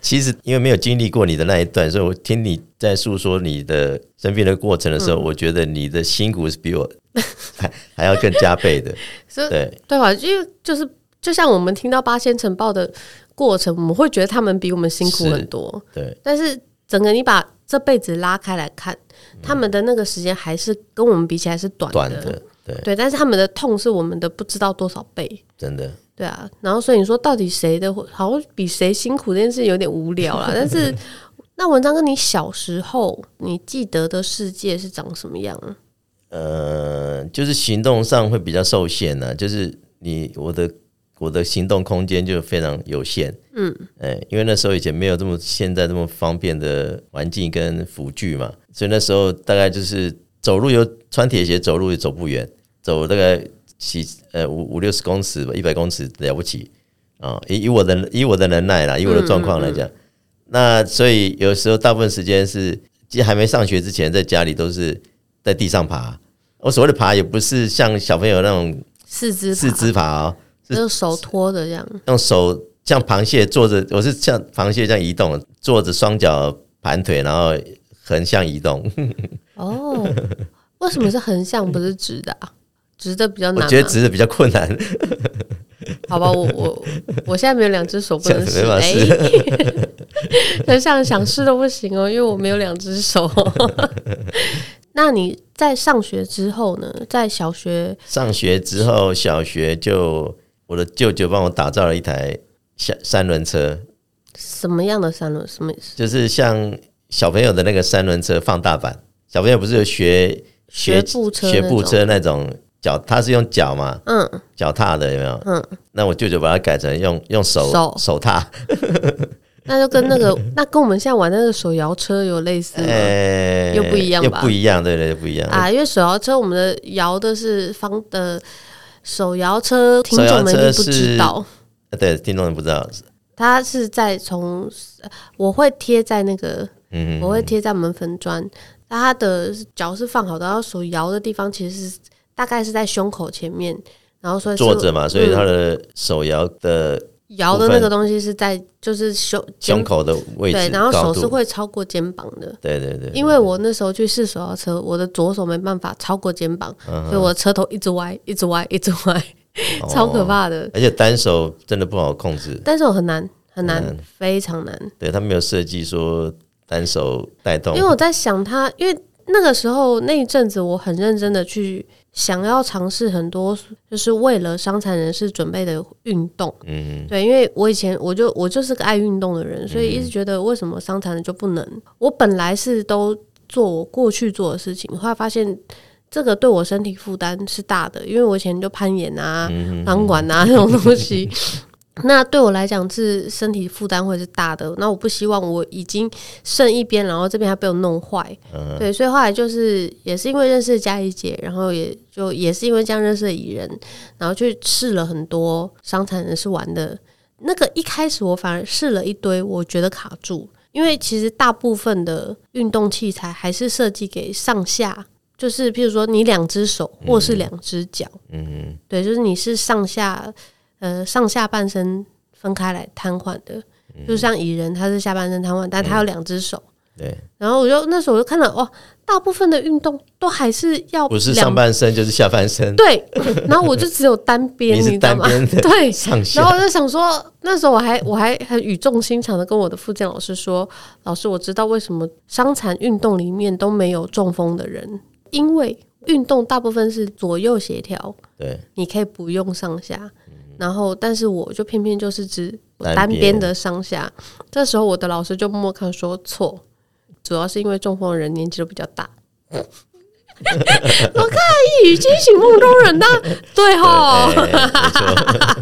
[SPEAKER 2] 其实因为没有经历过你的那一段，所以我听你在诉说你的生病的过程的
[SPEAKER 1] 嗯
[SPEAKER 2] 时候，我觉得你的辛苦是比我 还还要更加倍的。
[SPEAKER 1] 所以
[SPEAKER 2] 对，
[SPEAKER 1] 对吧？因为就是就像我们听到八仙晨报的过程，我们会觉得他们比我们辛苦
[SPEAKER 2] 是
[SPEAKER 1] 很多，
[SPEAKER 2] 对，
[SPEAKER 1] 但是整个你把这辈子拉开来看，他们的那个时间还是跟我们比起来是短的，
[SPEAKER 2] 短的，对，
[SPEAKER 1] 对，但是他们的痛是我们的不知道多少倍。
[SPEAKER 2] 真的，
[SPEAKER 1] 对啊，然后所以你说到底谁的会好像比谁辛苦这件事有点无聊 啦，但是那文章跟你小时候你记得的世界是长什么样啊？
[SPEAKER 2] 呃，就是行动上会比较受限呢、就是你我的我的行动空间就非常有限。嗯，哎、因为那时候以前没有这么现在这么方便的环境跟辅具嘛，所以那时候大概就是走路有穿铁鞋走路也走不远，走大概几呃五五六十公尺吧，一百公尺了不起啊、以以我的以我的能耐啦，以我的状况来讲，那所以有时候大部分时间是，其实还没上学之前，在家里都是在地上爬。我哦所谓的爬，也不是像小朋友那种
[SPEAKER 1] 四肢吧
[SPEAKER 2] 四肢爬哦，是
[SPEAKER 1] 就是手托着这样，
[SPEAKER 2] 用手像螃蟹坐着，我是像螃蟹这样移动，坐着双脚盘腿，然后横向移动。
[SPEAKER 1] 哦，为什么是横向不是直的啊？直的比较
[SPEAKER 2] 我
[SPEAKER 1] 难、啊，
[SPEAKER 2] 觉得直的比较困难，
[SPEAKER 1] 好吧，我我我现在没有两只手，不
[SPEAKER 2] 这样
[SPEAKER 1] 能
[SPEAKER 2] 子
[SPEAKER 1] 试。
[SPEAKER 2] 没办法
[SPEAKER 1] 哎、 很想想试都不行哦，因为我没有两只手。 那你在上学之后呢？在小学
[SPEAKER 2] 上学之后，小学就我的舅舅帮我打造了一台小三轮车，
[SPEAKER 1] 什么样的三轮？什么
[SPEAKER 2] 就是像小朋友的那个三轮车放大版。小朋友不是有学
[SPEAKER 1] 学步车？
[SPEAKER 2] 学步。车那种脚，它是用脚嘛，
[SPEAKER 1] 嗯，
[SPEAKER 2] 脚踏的有没有？
[SPEAKER 1] 嗯，
[SPEAKER 2] 那我舅舅把它改成用用手
[SPEAKER 1] 手
[SPEAKER 2] 踏，
[SPEAKER 1] 那就跟那 个，那跟我们现在玩的那个手摇车有类似吗？
[SPEAKER 2] 哎
[SPEAKER 1] 嗯又不一样
[SPEAKER 2] 又
[SPEAKER 1] 吧
[SPEAKER 2] 不一样，对对，又不一样。
[SPEAKER 1] 啊，因为手摇车我们的摇的是方的，手摇车听
[SPEAKER 2] 手摇
[SPEAKER 1] 众们一定不
[SPEAKER 2] 车
[SPEAKER 1] 知
[SPEAKER 2] 是
[SPEAKER 1] 道。
[SPEAKER 2] 哎对，听众人不知道，
[SPEAKER 1] 它是在从呃我会贴在那个，
[SPEAKER 2] 嗯
[SPEAKER 1] 我会贴在门粉砖。那它的脚是放好的，然后手摇的地方其实是大概是在胸口前面，然后所以是
[SPEAKER 2] 坐着嘛，所以
[SPEAKER 1] 嗯
[SPEAKER 2] 他的手摇的
[SPEAKER 1] 摇的那个东西是在就是胸
[SPEAKER 2] 胸
[SPEAKER 1] 肩
[SPEAKER 2] 口的位置
[SPEAKER 1] 嗯对，然后
[SPEAKER 2] 高
[SPEAKER 1] 手是
[SPEAKER 2] 度，
[SPEAKER 1] 会超过肩膀的。
[SPEAKER 2] 对对对，
[SPEAKER 1] 因为我那时候去试手摇车，我的左手没办法超过肩膀，所以我的车头一直歪，一直歪，一直歪，
[SPEAKER 2] 嗯哦
[SPEAKER 1] 超可。怕的。
[SPEAKER 2] 而且单手真的不好控制，
[SPEAKER 1] 但是我很难，很难，
[SPEAKER 2] 很难
[SPEAKER 1] 非常难。
[SPEAKER 2] 对他没有设计说单手带动
[SPEAKER 1] 因为，我在想他，因为那个时候那一阵子，我很认真的去想要尝试很多，就是为了伤残人士准备的运动。
[SPEAKER 2] 嗯，
[SPEAKER 1] 对，因为我以前我就我就是个爱运动的人，所以一直觉得为什么伤残人就不能？我本来是都做我过去做的事情，后来发现。这个对我身体负担是大的，因为我以前就攀岩啊、钢管啊那种东西，那对我来讲是身体负担会是大的。那我不希望我已经剩一边，然后这边还被我弄坏。对，所以后来就是也是因为认识嘉怡姐，然后也就也是因为这样认识了蚁人，然后去试了很多伤残人士玩的。那个一开始我反而试了一堆，我觉得卡住，因为其实大部分的运动器材还是设计给上下，就是譬如说你两只手或是两只脚，嗯，对，就是你是上下呃上下半
[SPEAKER 2] 嗯
[SPEAKER 1] 身分开来瘫痪的，就像蚁人他是下半身瘫痪，但他有两只手，
[SPEAKER 2] 对，
[SPEAKER 1] 然后我就那时候我就看到哇，大部分的运动都还是要
[SPEAKER 2] 不是
[SPEAKER 1] 两
[SPEAKER 2] 上半身就是下半身，
[SPEAKER 1] 对，然后我就只有 单边，
[SPEAKER 2] 你是
[SPEAKER 1] 知道
[SPEAKER 2] 单
[SPEAKER 1] 吗？
[SPEAKER 2] 边的
[SPEAKER 1] 对，
[SPEAKER 2] 上
[SPEAKER 1] 然
[SPEAKER 2] 下
[SPEAKER 1] 后我就想说，那时候我还我还很语重心长的跟我的复健老师说，老师，我知道为什么伤残运动里面都没有中风的人，因为运动大部分是左右协调，
[SPEAKER 2] 对
[SPEAKER 1] 你可以不用上下，然后但是我就偏偏就是只
[SPEAKER 2] 嗯单
[SPEAKER 1] 单边
[SPEAKER 2] 边
[SPEAKER 1] 的上下。这时候我的老师就默默看说错，主要是因为中风的人年纪都比较大。 我看一语惊醒梦中人呐，对吼，
[SPEAKER 2] 哎没错，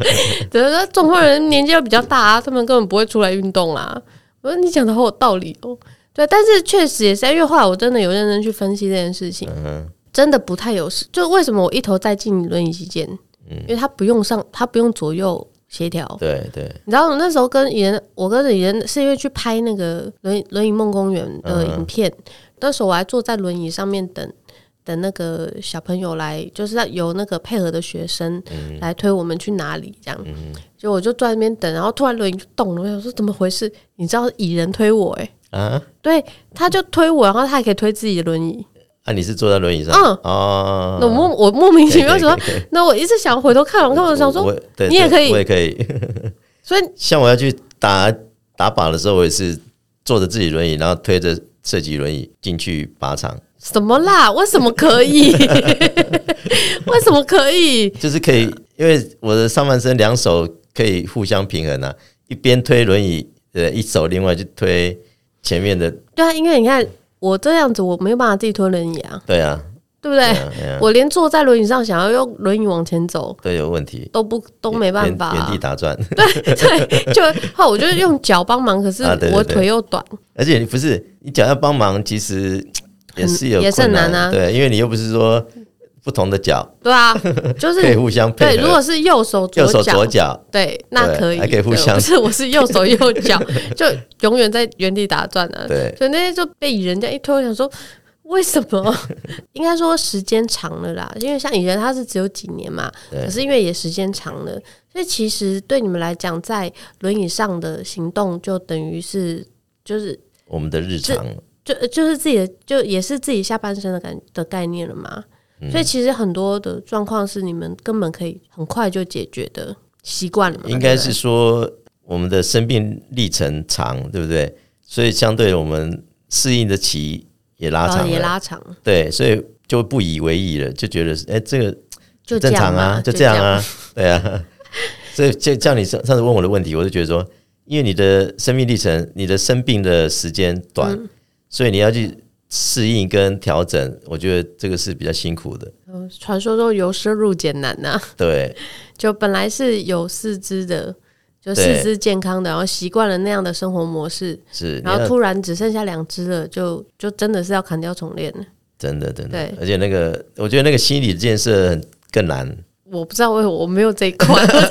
[SPEAKER 1] 只是说中风人年纪又比较大啊，他们根本不会出来运动啦。我说你讲的好有道理哦，对，但是确实也是，啊因为后来我真的有认真去分析这件事情，
[SPEAKER 2] 嗯，
[SPEAKER 1] 真的不太有事。就为什么我一头栽进轮椅期间，因为他不用上，他不用左右协调。
[SPEAKER 2] 对对，
[SPEAKER 1] 你知道我那时候跟蚁人，我跟蚁人是因为去拍那个轮椅轮椅梦公园的影片，那时候我还坐在轮椅上面等等那个小朋友来，就是要由那个配合的学生来推我们去哪里这样。就我就坐在那边等，然后突然轮椅就动了，我想说怎么回事？你知道蚁人推我诶、欸
[SPEAKER 2] 啊，
[SPEAKER 1] 对，他就推我，然后他还可以推自己的轮椅。
[SPEAKER 2] 啊，你是坐在轮椅上，
[SPEAKER 1] 嗯
[SPEAKER 2] 哦
[SPEAKER 1] 那我莫我莫名其妙什么？
[SPEAKER 2] 可以可以可以
[SPEAKER 1] 那我一直想回头看，我跟我想说，
[SPEAKER 2] 我对
[SPEAKER 1] 你也
[SPEAKER 2] 对
[SPEAKER 1] 可以
[SPEAKER 2] 我也可以。
[SPEAKER 1] 所以
[SPEAKER 2] 像我要去打打靶的时候，我也是坐着自己轮椅，然后推着射击轮椅进去靶场，
[SPEAKER 1] 什么啦？为什么可 以？为什么可以？
[SPEAKER 2] 就是可
[SPEAKER 1] 啊
[SPEAKER 2] 以，因为我的上半身两手可以互相平衡啊，一边推轮椅，呃，一手另外去推前面的，
[SPEAKER 1] 对啊，因为你看我这样子，我没有办法自己推轮椅啊，
[SPEAKER 2] 对啊，
[SPEAKER 1] 对不对？
[SPEAKER 2] 对啊对啊
[SPEAKER 1] 我连坐在轮椅上想要用轮椅往前走
[SPEAKER 2] 都有问题，
[SPEAKER 1] 都不都没办法、
[SPEAKER 2] 原原地
[SPEAKER 1] 啊，
[SPEAKER 2] 打转，
[SPEAKER 1] 就后来我就用脚帮忙，可是
[SPEAKER 2] 啊对对
[SPEAKER 1] 我
[SPEAKER 2] 对
[SPEAKER 1] 腿又短，
[SPEAKER 2] 而且你不是你脚要帮忙，其实也是有
[SPEAKER 1] 也是很
[SPEAKER 2] 困难
[SPEAKER 1] 难啊
[SPEAKER 2] 对，因为你又不是说不同的脚
[SPEAKER 1] 对啊，就
[SPEAKER 2] 可以
[SPEAKER 1] 是
[SPEAKER 2] 互相
[SPEAKER 1] 对，
[SPEAKER 2] 配
[SPEAKER 1] 如
[SPEAKER 2] 合，
[SPEAKER 1] 果是右手左
[SPEAKER 2] 右手
[SPEAKER 1] 脚
[SPEAKER 2] 左。脚，
[SPEAKER 1] 对，那
[SPEAKER 2] 对
[SPEAKER 1] 可以，
[SPEAKER 2] 还可以互
[SPEAKER 1] 对
[SPEAKER 2] 相
[SPEAKER 1] 不是，我是右 手右脚，就永远在原地打转啊。
[SPEAKER 2] 对
[SPEAKER 1] 所以那天就被蚁人家一推，我想说为什么？ 应该说时间长了啦，因为像蚁人他是只有几年嘛，
[SPEAKER 2] 对
[SPEAKER 1] 可是因为也时间长了，所以其实对你们来讲，在轮椅上的行动就等于是就是
[SPEAKER 2] 我们的日常。
[SPEAKER 1] 就就是自己的，就也是自己下半身的感的概念了嘛。
[SPEAKER 2] 嗯
[SPEAKER 1] 所以其实很多的状况是你们根本可以很快就解决的习惯了嘛，
[SPEAKER 2] 应该
[SPEAKER 1] 对不对
[SPEAKER 2] 是说我们的生病历程长，对不对？所以相对我们适应的期也拉
[SPEAKER 1] 然后
[SPEAKER 2] 长
[SPEAKER 1] 哦也
[SPEAKER 2] 了，
[SPEAKER 1] 拉长，
[SPEAKER 2] 对，所以就不以为意了，就觉得哎、这个
[SPEAKER 1] 就这
[SPEAKER 2] 正
[SPEAKER 1] 样
[SPEAKER 2] 常
[SPEAKER 1] 嘛
[SPEAKER 2] 啊，就这样。啊，对啊。 所以就像你上上次问我的问题，我就觉得说，因为你的生命历程，你的生病的时间短，所以你要去适应跟调整，我觉得这个是比较辛苦的。
[SPEAKER 1] 嗯传说中由奢入俭难呐、
[SPEAKER 2] 对
[SPEAKER 1] 就本来是有四肢的，就四
[SPEAKER 2] 对
[SPEAKER 1] 肢健康的，然后习惯了那样的生活模式，
[SPEAKER 2] 是，你
[SPEAKER 1] 然后
[SPEAKER 2] 要
[SPEAKER 1] 突然只剩下两只了，就就真的是要砍掉重练。
[SPEAKER 2] 真的真的
[SPEAKER 1] 对，
[SPEAKER 2] 而且那个，我觉得那个心理建设很更难。
[SPEAKER 1] 我不知道为什么我没有这一块，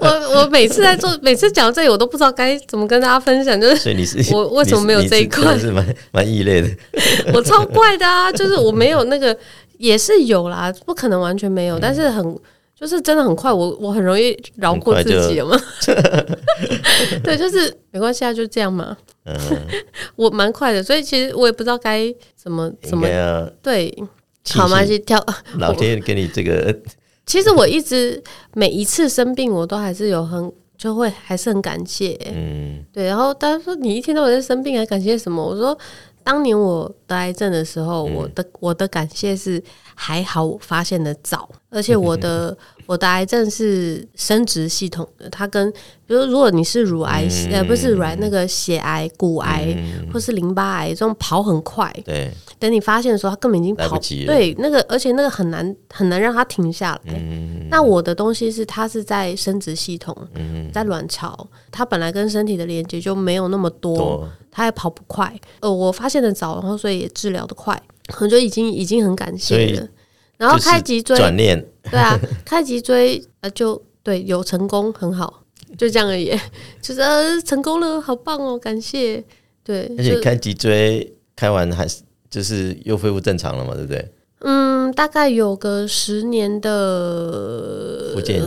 [SPEAKER 1] 我我每次在做，每次讲到这里，我都不知道该怎么跟大家分享，就是
[SPEAKER 2] 所以你是
[SPEAKER 1] 我为什么没有这一块
[SPEAKER 2] 你是你是真的是蛮蛮异类的。
[SPEAKER 1] 我超怪的啊，就是我没有那个，也是有啦，不可能完全没
[SPEAKER 2] 嗯
[SPEAKER 1] 有，但是很就是真的很快，我我很容易饶过自己啊了嘛。 对，就是没关系啊，就这样嘛。
[SPEAKER 2] 嗯，
[SPEAKER 1] 我蛮快的，所以其实我也不知道该怎么怎
[SPEAKER 2] 应
[SPEAKER 1] 么
[SPEAKER 2] 该要
[SPEAKER 1] 对，
[SPEAKER 2] 庆
[SPEAKER 1] 好嘛，
[SPEAKER 2] 幸
[SPEAKER 1] 就跳。
[SPEAKER 2] 老天给你这个呃
[SPEAKER 1] 其实我一直每一次生病，我都还是有很就会还是很感谢、
[SPEAKER 2] 嗯，
[SPEAKER 1] 对，然后大家说你一天到晚在生病，还啊感谢什么？我说当年我得癌症的时
[SPEAKER 2] 嗯
[SPEAKER 1] 候，我的我的感谢是还好我发现的早，而 且我的我的癌症是生殖系统的，它跟比如如果你是乳癌，呃不是乳
[SPEAKER 2] 嗯
[SPEAKER 1] 癌那个血癌、骨癌。 或是淋巴癌这种跑很快，
[SPEAKER 2] 对，
[SPEAKER 1] 等你发现的时候，它根本已经
[SPEAKER 2] 来
[SPEAKER 1] 跑
[SPEAKER 2] 不及了
[SPEAKER 1] 对那个，而且那个很难很难让它停下来。
[SPEAKER 2] 嗯
[SPEAKER 1] 那我的东西是它是在生殖系统，在卵巢，它本来跟身体的连接就没有那么多，
[SPEAKER 2] 多
[SPEAKER 1] 它也跑不快。呃，我发现的早，然后所以也治疗的快，我就已经已经很感
[SPEAKER 2] 所
[SPEAKER 1] 谢
[SPEAKER 2] 以
[SPEAKER 1] 了。然后
[SPEAKER 2] 就是
[SPEAKER 1] 开脊椎，
[SPEAKER 2] 转念
[SPEAKER 1] 对 啊，开脊椎呃就对有成功很好，就这样而已， 就是、呃、成功了，好棒哦，感谢。对，
[SPEAKER 2] 而且
[SPEAKER 1] 就
[SPEAKER 2] 开脊椎开完还是就是又恢复正常了嘛，对不对？
[SPEAKER 1] 嗯，大概有个十年的呃
[SPEAKER 2] 复健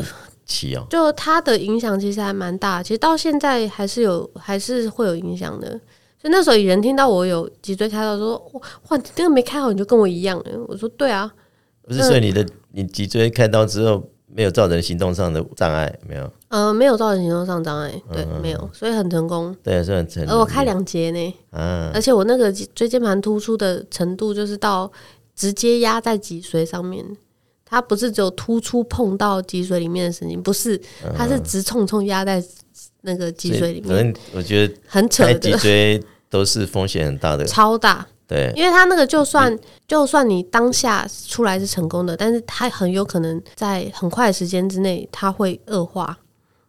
[SPEAKER 2] 期哦，
[SPEAKER 1] 就它的影响其实还蛮大，其实到现在还是有，还是会有影响的。所以那时候人听到我有脊椎开刀，说哇哇，你这个没开好，你就跟我一样、欸。我说对啊，
[SPEAKER 2] 不是，所以你的你脊椎开刀之后没有造成行动上的障碍，没有，
[SPEAKER 1] 呃，没有造成行动上障碍，
[SPEAKER 2] 嗯
[SPEAKER 1] 对，没有，所以很成功。呃
[SPEAKER 2] 对，算成。
[SPEAKER 1] 哦而我开两节呢，
[SPEAKER 2] 啊，
[SPEAKER 1] 而且我那个脊椎间盘突出的程度，就是到直接压在脊髓上面，它不是只有突出碰到脊髓里面的神经，不是，它是直冲冲压在那个脊
[SPEAKER 2] 嗯所
[SPEAKER 1] 髓
[SPEAKER 2] 以
[SPEAKER 1] 里
[SPEAKER 2] 反
[SPEAKER 1] 面，
[SPEAKER 2] 正我觉得
[SPEAKER 1] 很扯
[SPEAKER 2] 开脊
[SPEAKER 1] 的，，
[SPEAKER 2] 椎 都是风险很大的
[SPEAKER 1] 超大。
[SPEAKER 2] 对，
[SPEAKER 1] 因为它那个就算就算你当下出来是成功的，但是它很有可能在很快的时间之内，它会恶化，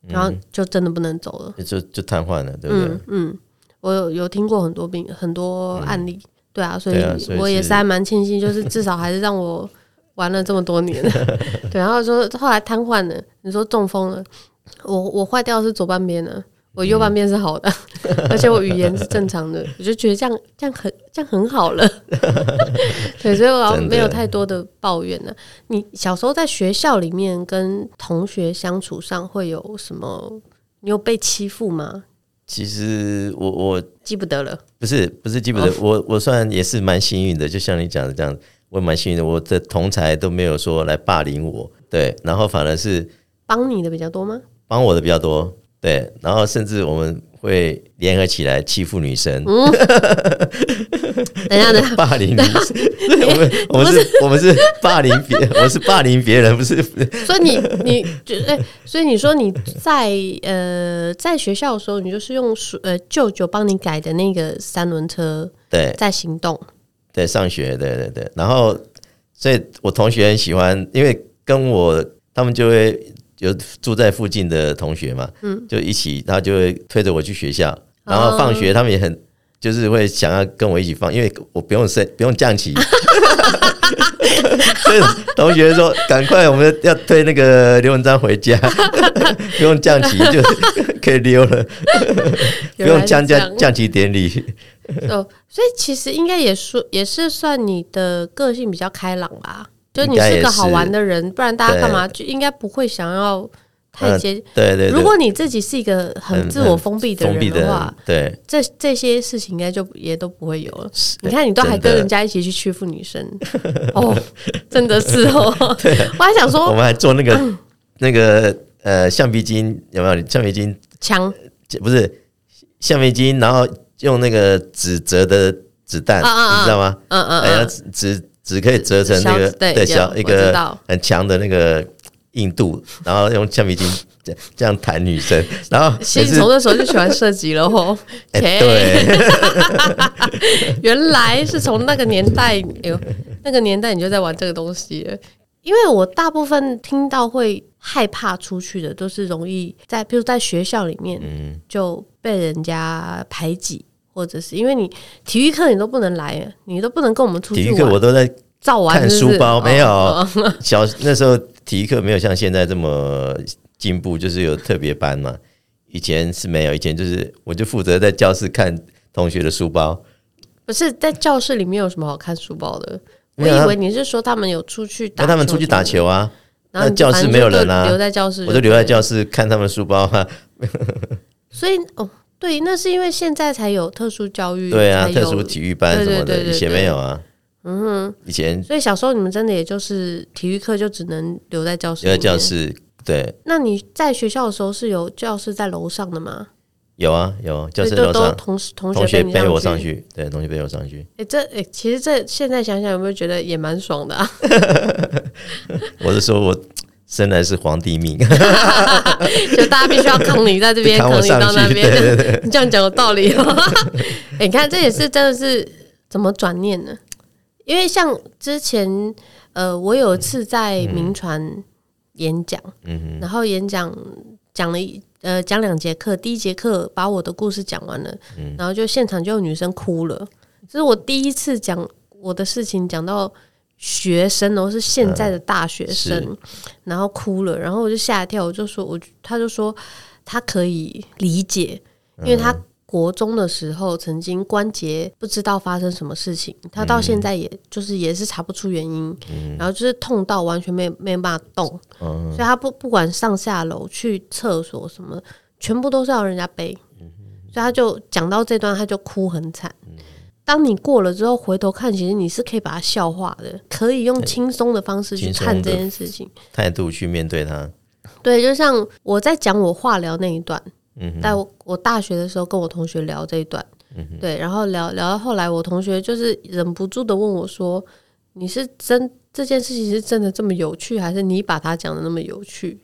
[SPEAKER 1] 然后就真的不能走了。
[SPEAKER 2] 就就瘫痪了，对不对？
[SPEAKER 1] 嗯，我有有听过很多病很多案例，对啊，所
[SPEAKER 2] 嗯对啊所
[SPEAKER 1] 以
[SPEAKER 2] 以
[SPEAKER 1] 我也是
[SPEAKER 2] 是
[SPEAKER 1] 还蛮庆幸，就是至少还是让我玩了这么多 年。对，然后说后来瘫痪了，你说中风了，我我坏掉的是左半边的，我右
[SPEAKER 2] 嗯
[SPEAKER 1] 半边是好 的，而且我语言是正常的，我就觉得这样这样很这样很好 了。对，所以我
[SPEAKER 2] 真的
[SPEAKER 1] 没有太多的抱怨呢、啊你小时候在学校里面跟同学相处上会有什么？你有被欺负吗？
[SPEAKER 2] 其实我我
[SPEAKER 1] 记不得了。
[SPEAKER 2] 不是不是基本的，
[SPEAKER 1] 哦
[SPEAKER 2] 我我算也是蛮幸运的，就像你讲的这样，我也蛮幸运的，我的同才都没有说来霸凌我，对，然后反而是
[SPEAKER 1] 帮你的比较多吗？
[SPEAKER 2] 帮我的比较多，对，然后甚至我们会联合起来欺负女生，
[SPEAKER 1] 嗯等一下，等一下，
[SPEAKER 2] 霸凌 女生，我们我们是我们是霸凌别，我是霸凌别人，不是
[SPEAKER 1] 所以你你就哎、所以你说你在呃在学校的时候，你就是用叔呃舅舅帮你改的那个三轮车
[SPEAKER 2] 对
[SPEAKER 1] 在行动，
[SPEAKER 2] 对上学，对对对，然后所以我同学很喜欢，因为跟我他们就会有住在附近的同学嘛，嗯，就一起，他就会推着我去学
[SPEAKER 1] 哦
[SPEAKER 2] 校，然后放学他们也很。就是会想要跟我一起放，因为我不用升，不用降旗， 所以同学说赶快，我们要推那个刘文章回家， 不用降旗就可以溜 了，不
[SPEAKER 1] 原来
[SPEAKER 2] 用
[SPEAKER 1] 是
[SPEAKER 2] 降
[SPEAKER 1] 这
[SPEAKER 2] 降
[SPEAKER 1] 样
[SPEAKER 2] 降旗典礼。
[SPEAKER 1] 哦。所以其实应该也说也是算你的个性比较开朗吧，就你是个好玩的人，不然大家干嘛就应该不会想要太接。
[SPEAKER 2] 对嗯对对，
[SPEAKER 1] 如果你自己是一个很
[SPEAKER 2] 很
[SPEAKER 1] 自我封闭的
[SPEAKER 2] 封闭
[SPEAKER 1] 人
[SPEAKER 2] 的
[SPEAKER 1] 的话，
[SPEAKER 2] 人，对，
[SPEAKER 1] 这这些事情应该就也都不会有了。
[SPEAKER 2] 是
[SPEAKER 1] 你看，你都还
[SPEAKER 2] 真
[SPEAKER 1] 跟
[SPEAKER 2] 的
[SPEAKER 1] 人家一起去欺负女生，哦，真的是哦。
[SPEAKER 2] 啊
[SPEAKER 1] 我还想
[SPEAKER 2] 我
[SPEAKER 1] 说
[SPEAKER 2] 们还做那
[SPEAKER 1] 嗯
[SPEAKER 2] 个那个呃橡皮筋，有没有？橡皮筋
[SPEAKER 1] 强
[SPEAKER 2] 不是橡皮筋，然后用那个纸折的子弹，
[SPEAKER 1] 啊啊啊
[SPEAKER 2] 你知道吗？
[SPEAKER 1] 嗯嗯
[SPEAKER 2] 哎呀，
[SPEAKER 1] 嗯，
[SPEAKER 2] 纸纸纸可以折成那个
[SPEAKER 1] 小对有
[SPEAKER 2] 小一
[SPEAKER 1] 我知
[SPEAKER 2] 个
[SPEAKER 1] 道
[SPEAKER 2] 很强的那个硬度，然后用橡皮筋这样这样弹 女生，然后
[SPEAKER 1] 其
[SPEAKER 2] 每
[SPEAKER 1] 实
[SPEAKER 2] 次
[SPEAKER 1] 从那时候就喜欢射击了哦。
[SPEAKER 2] 哎
[SPEAKER 1] 切
[SPEAKER 2] 对
[SPEAKER 1] 原来是从那个年代，哎呦，那个年代你就在玩这个东西了。因为我大部分听到会害怕出去的，都是容易在，比如在学校里面
[SPEAKER 2] 嗯
[SPEAKER 1] 就被人家排挤，或者是因为你体育课你都不能来，你都不能跟我们出
[SPEAKER 2] 体
[SPEAKER 1] 去
[SPEAKER 2] 育课
[SPEAKER 1] 玩
[SPEAKER 2] 我，都在
[SPEAKER 1] 照玩
[SPEAKER 2] 看
[SPEAKER 1] 是不是
[SPEAKER 2] 书包
[SPEAKER 1] 哦
[SPEAKER 2] 没有
[SPEAKER 1] 哦
[SPEAKER 2] 小那时候体育课没有像现在这么进步，就是有特别班嘛。以前是没有，以前就是我就负责在教室看同学的书包，
[SPEAKER 1] 不是在教室里面有什么好看书包的？我
[SPEAKER 2] 没有啊
[SPEAKER 1] 以为你是说他们有出去打，
[SPEAKER 2] 那他们出去打，球啊，
[SPEAKER 1] 然后
[SPEAKER 2] 那教室没有人啊
[SPEAKER 1] 你就留在教室，
[SPEAKER 2] 我就留在。教室看他们书包啊。
[SPEAKER 1] 所以哦，对，那是因为现在才有特殊教育，
[SPEAKER 2] 对啊，
[SPEAKER 1] 才有
[SPEAKER 2] 特殊体育班什么
[SPEAKER 1] 对对
[SPEAKER 2] 的，
[SPEAKER 1] 对对
[SPEAKER 2] 以前没有啊。嗯，以前
[SPEAKER 1] 所以小时候你们真的也就是体育课就只能留在教室，
[SPEAKER 2] 留在教。室，对，
[SPEAKER 1] 那你在学校的时候是有教室在楼上的吗？
[SPEAKER 2] 有啊有，教室
[SPEAKER 1] 所以都
[SPEAKER 2] 楼
[SPEAKER 1] 都
[SPEAKER 2] 上
[SPEAKER 1] 同时同
[SPEAKER 2] 同
[SPEAKER 1] 学
[SPEAKER 2] 学
[SPEAKER 1] 你
[SPEAKER 2] 背我
[SPEAKER 1] 上
[SPEAKER 2] 上。去，对，同学背我上去。
[SPEAKER 1] 哎、这哎、其实这现在想想有没有觉得也蛮爽的啊？
[SPEAKER 2] 我是说我生来是皇帝命，
[SPEAKER 1] 就大家必须要扛你在这边，
[SPEAKER 2] 扛我
[SPEAKER 1] 扛你到
[SPEAKER 2] 上
[SPEAKER 1] 那
[SPEAKER 2] 去
[SPEAKER 1] 边，
[SPEAKER 2] 对
[SPEAKER 1] 你这样讲有道理哦。哎你看这也是真的是怎么转念呢？因为像之前呃，我有一次在民传演讲，
[SPEAKER 2] 嗯
[SPEAKER 1] 然后演讲讲了一呃讲两节课，第一节课把我的故事讲完了，
[SPEAKER 2] 嗯
[SPEAKER 1] 然后就现场就有女生哭了，这是我第一次讲我的事情讲到学生哦，是现在的大学生，
[SPEAKER 2] 是
[SPEAKER 1] 然后哭了，然后我就吓一跳，我就说我他就说他可以理解，因为
[SPEAKER 2] 嗯
[SPEAKER 1] 他。国中的时候，曾经关节不知道发生什么事情，他
[SPEAKER 2] 嗯
[SPEAKER 1] 到现在也、就是也是查不出原因，然后就是痛到完全没没办法动，
[SPEAKER 2] 嗯
[SPEAKER 1] 所以
[SPEAKER 2] 嗯
[SPEAKER 1] 他不不管上下楼去厕所什么，全部都是要人家背。所以他就讲到这段，他就哭很惨。当你过了之后，回头看，其实你是可以把它消化的，可以用轻松的方式去
[SPEAKER 2] 轻松
[SPEAKER 1] 看这
[SPEAKER 2] 地
[SPEAKER 1] 件事情。
[SPEAKER 2] 态度去面对它。
[SPEAKER 1] 对，就像我在讲我化疗那一段，
[SPEAKER 2] 嗯哼，嗯
[SPEAKER 1] 在我我大学的时候跟我同学聊这一段，对，然后聊聊到后来，我同学就是忍不住的问我说：“你是真这件事情是真的这么有趣，还是你把它讲的那么有趣？”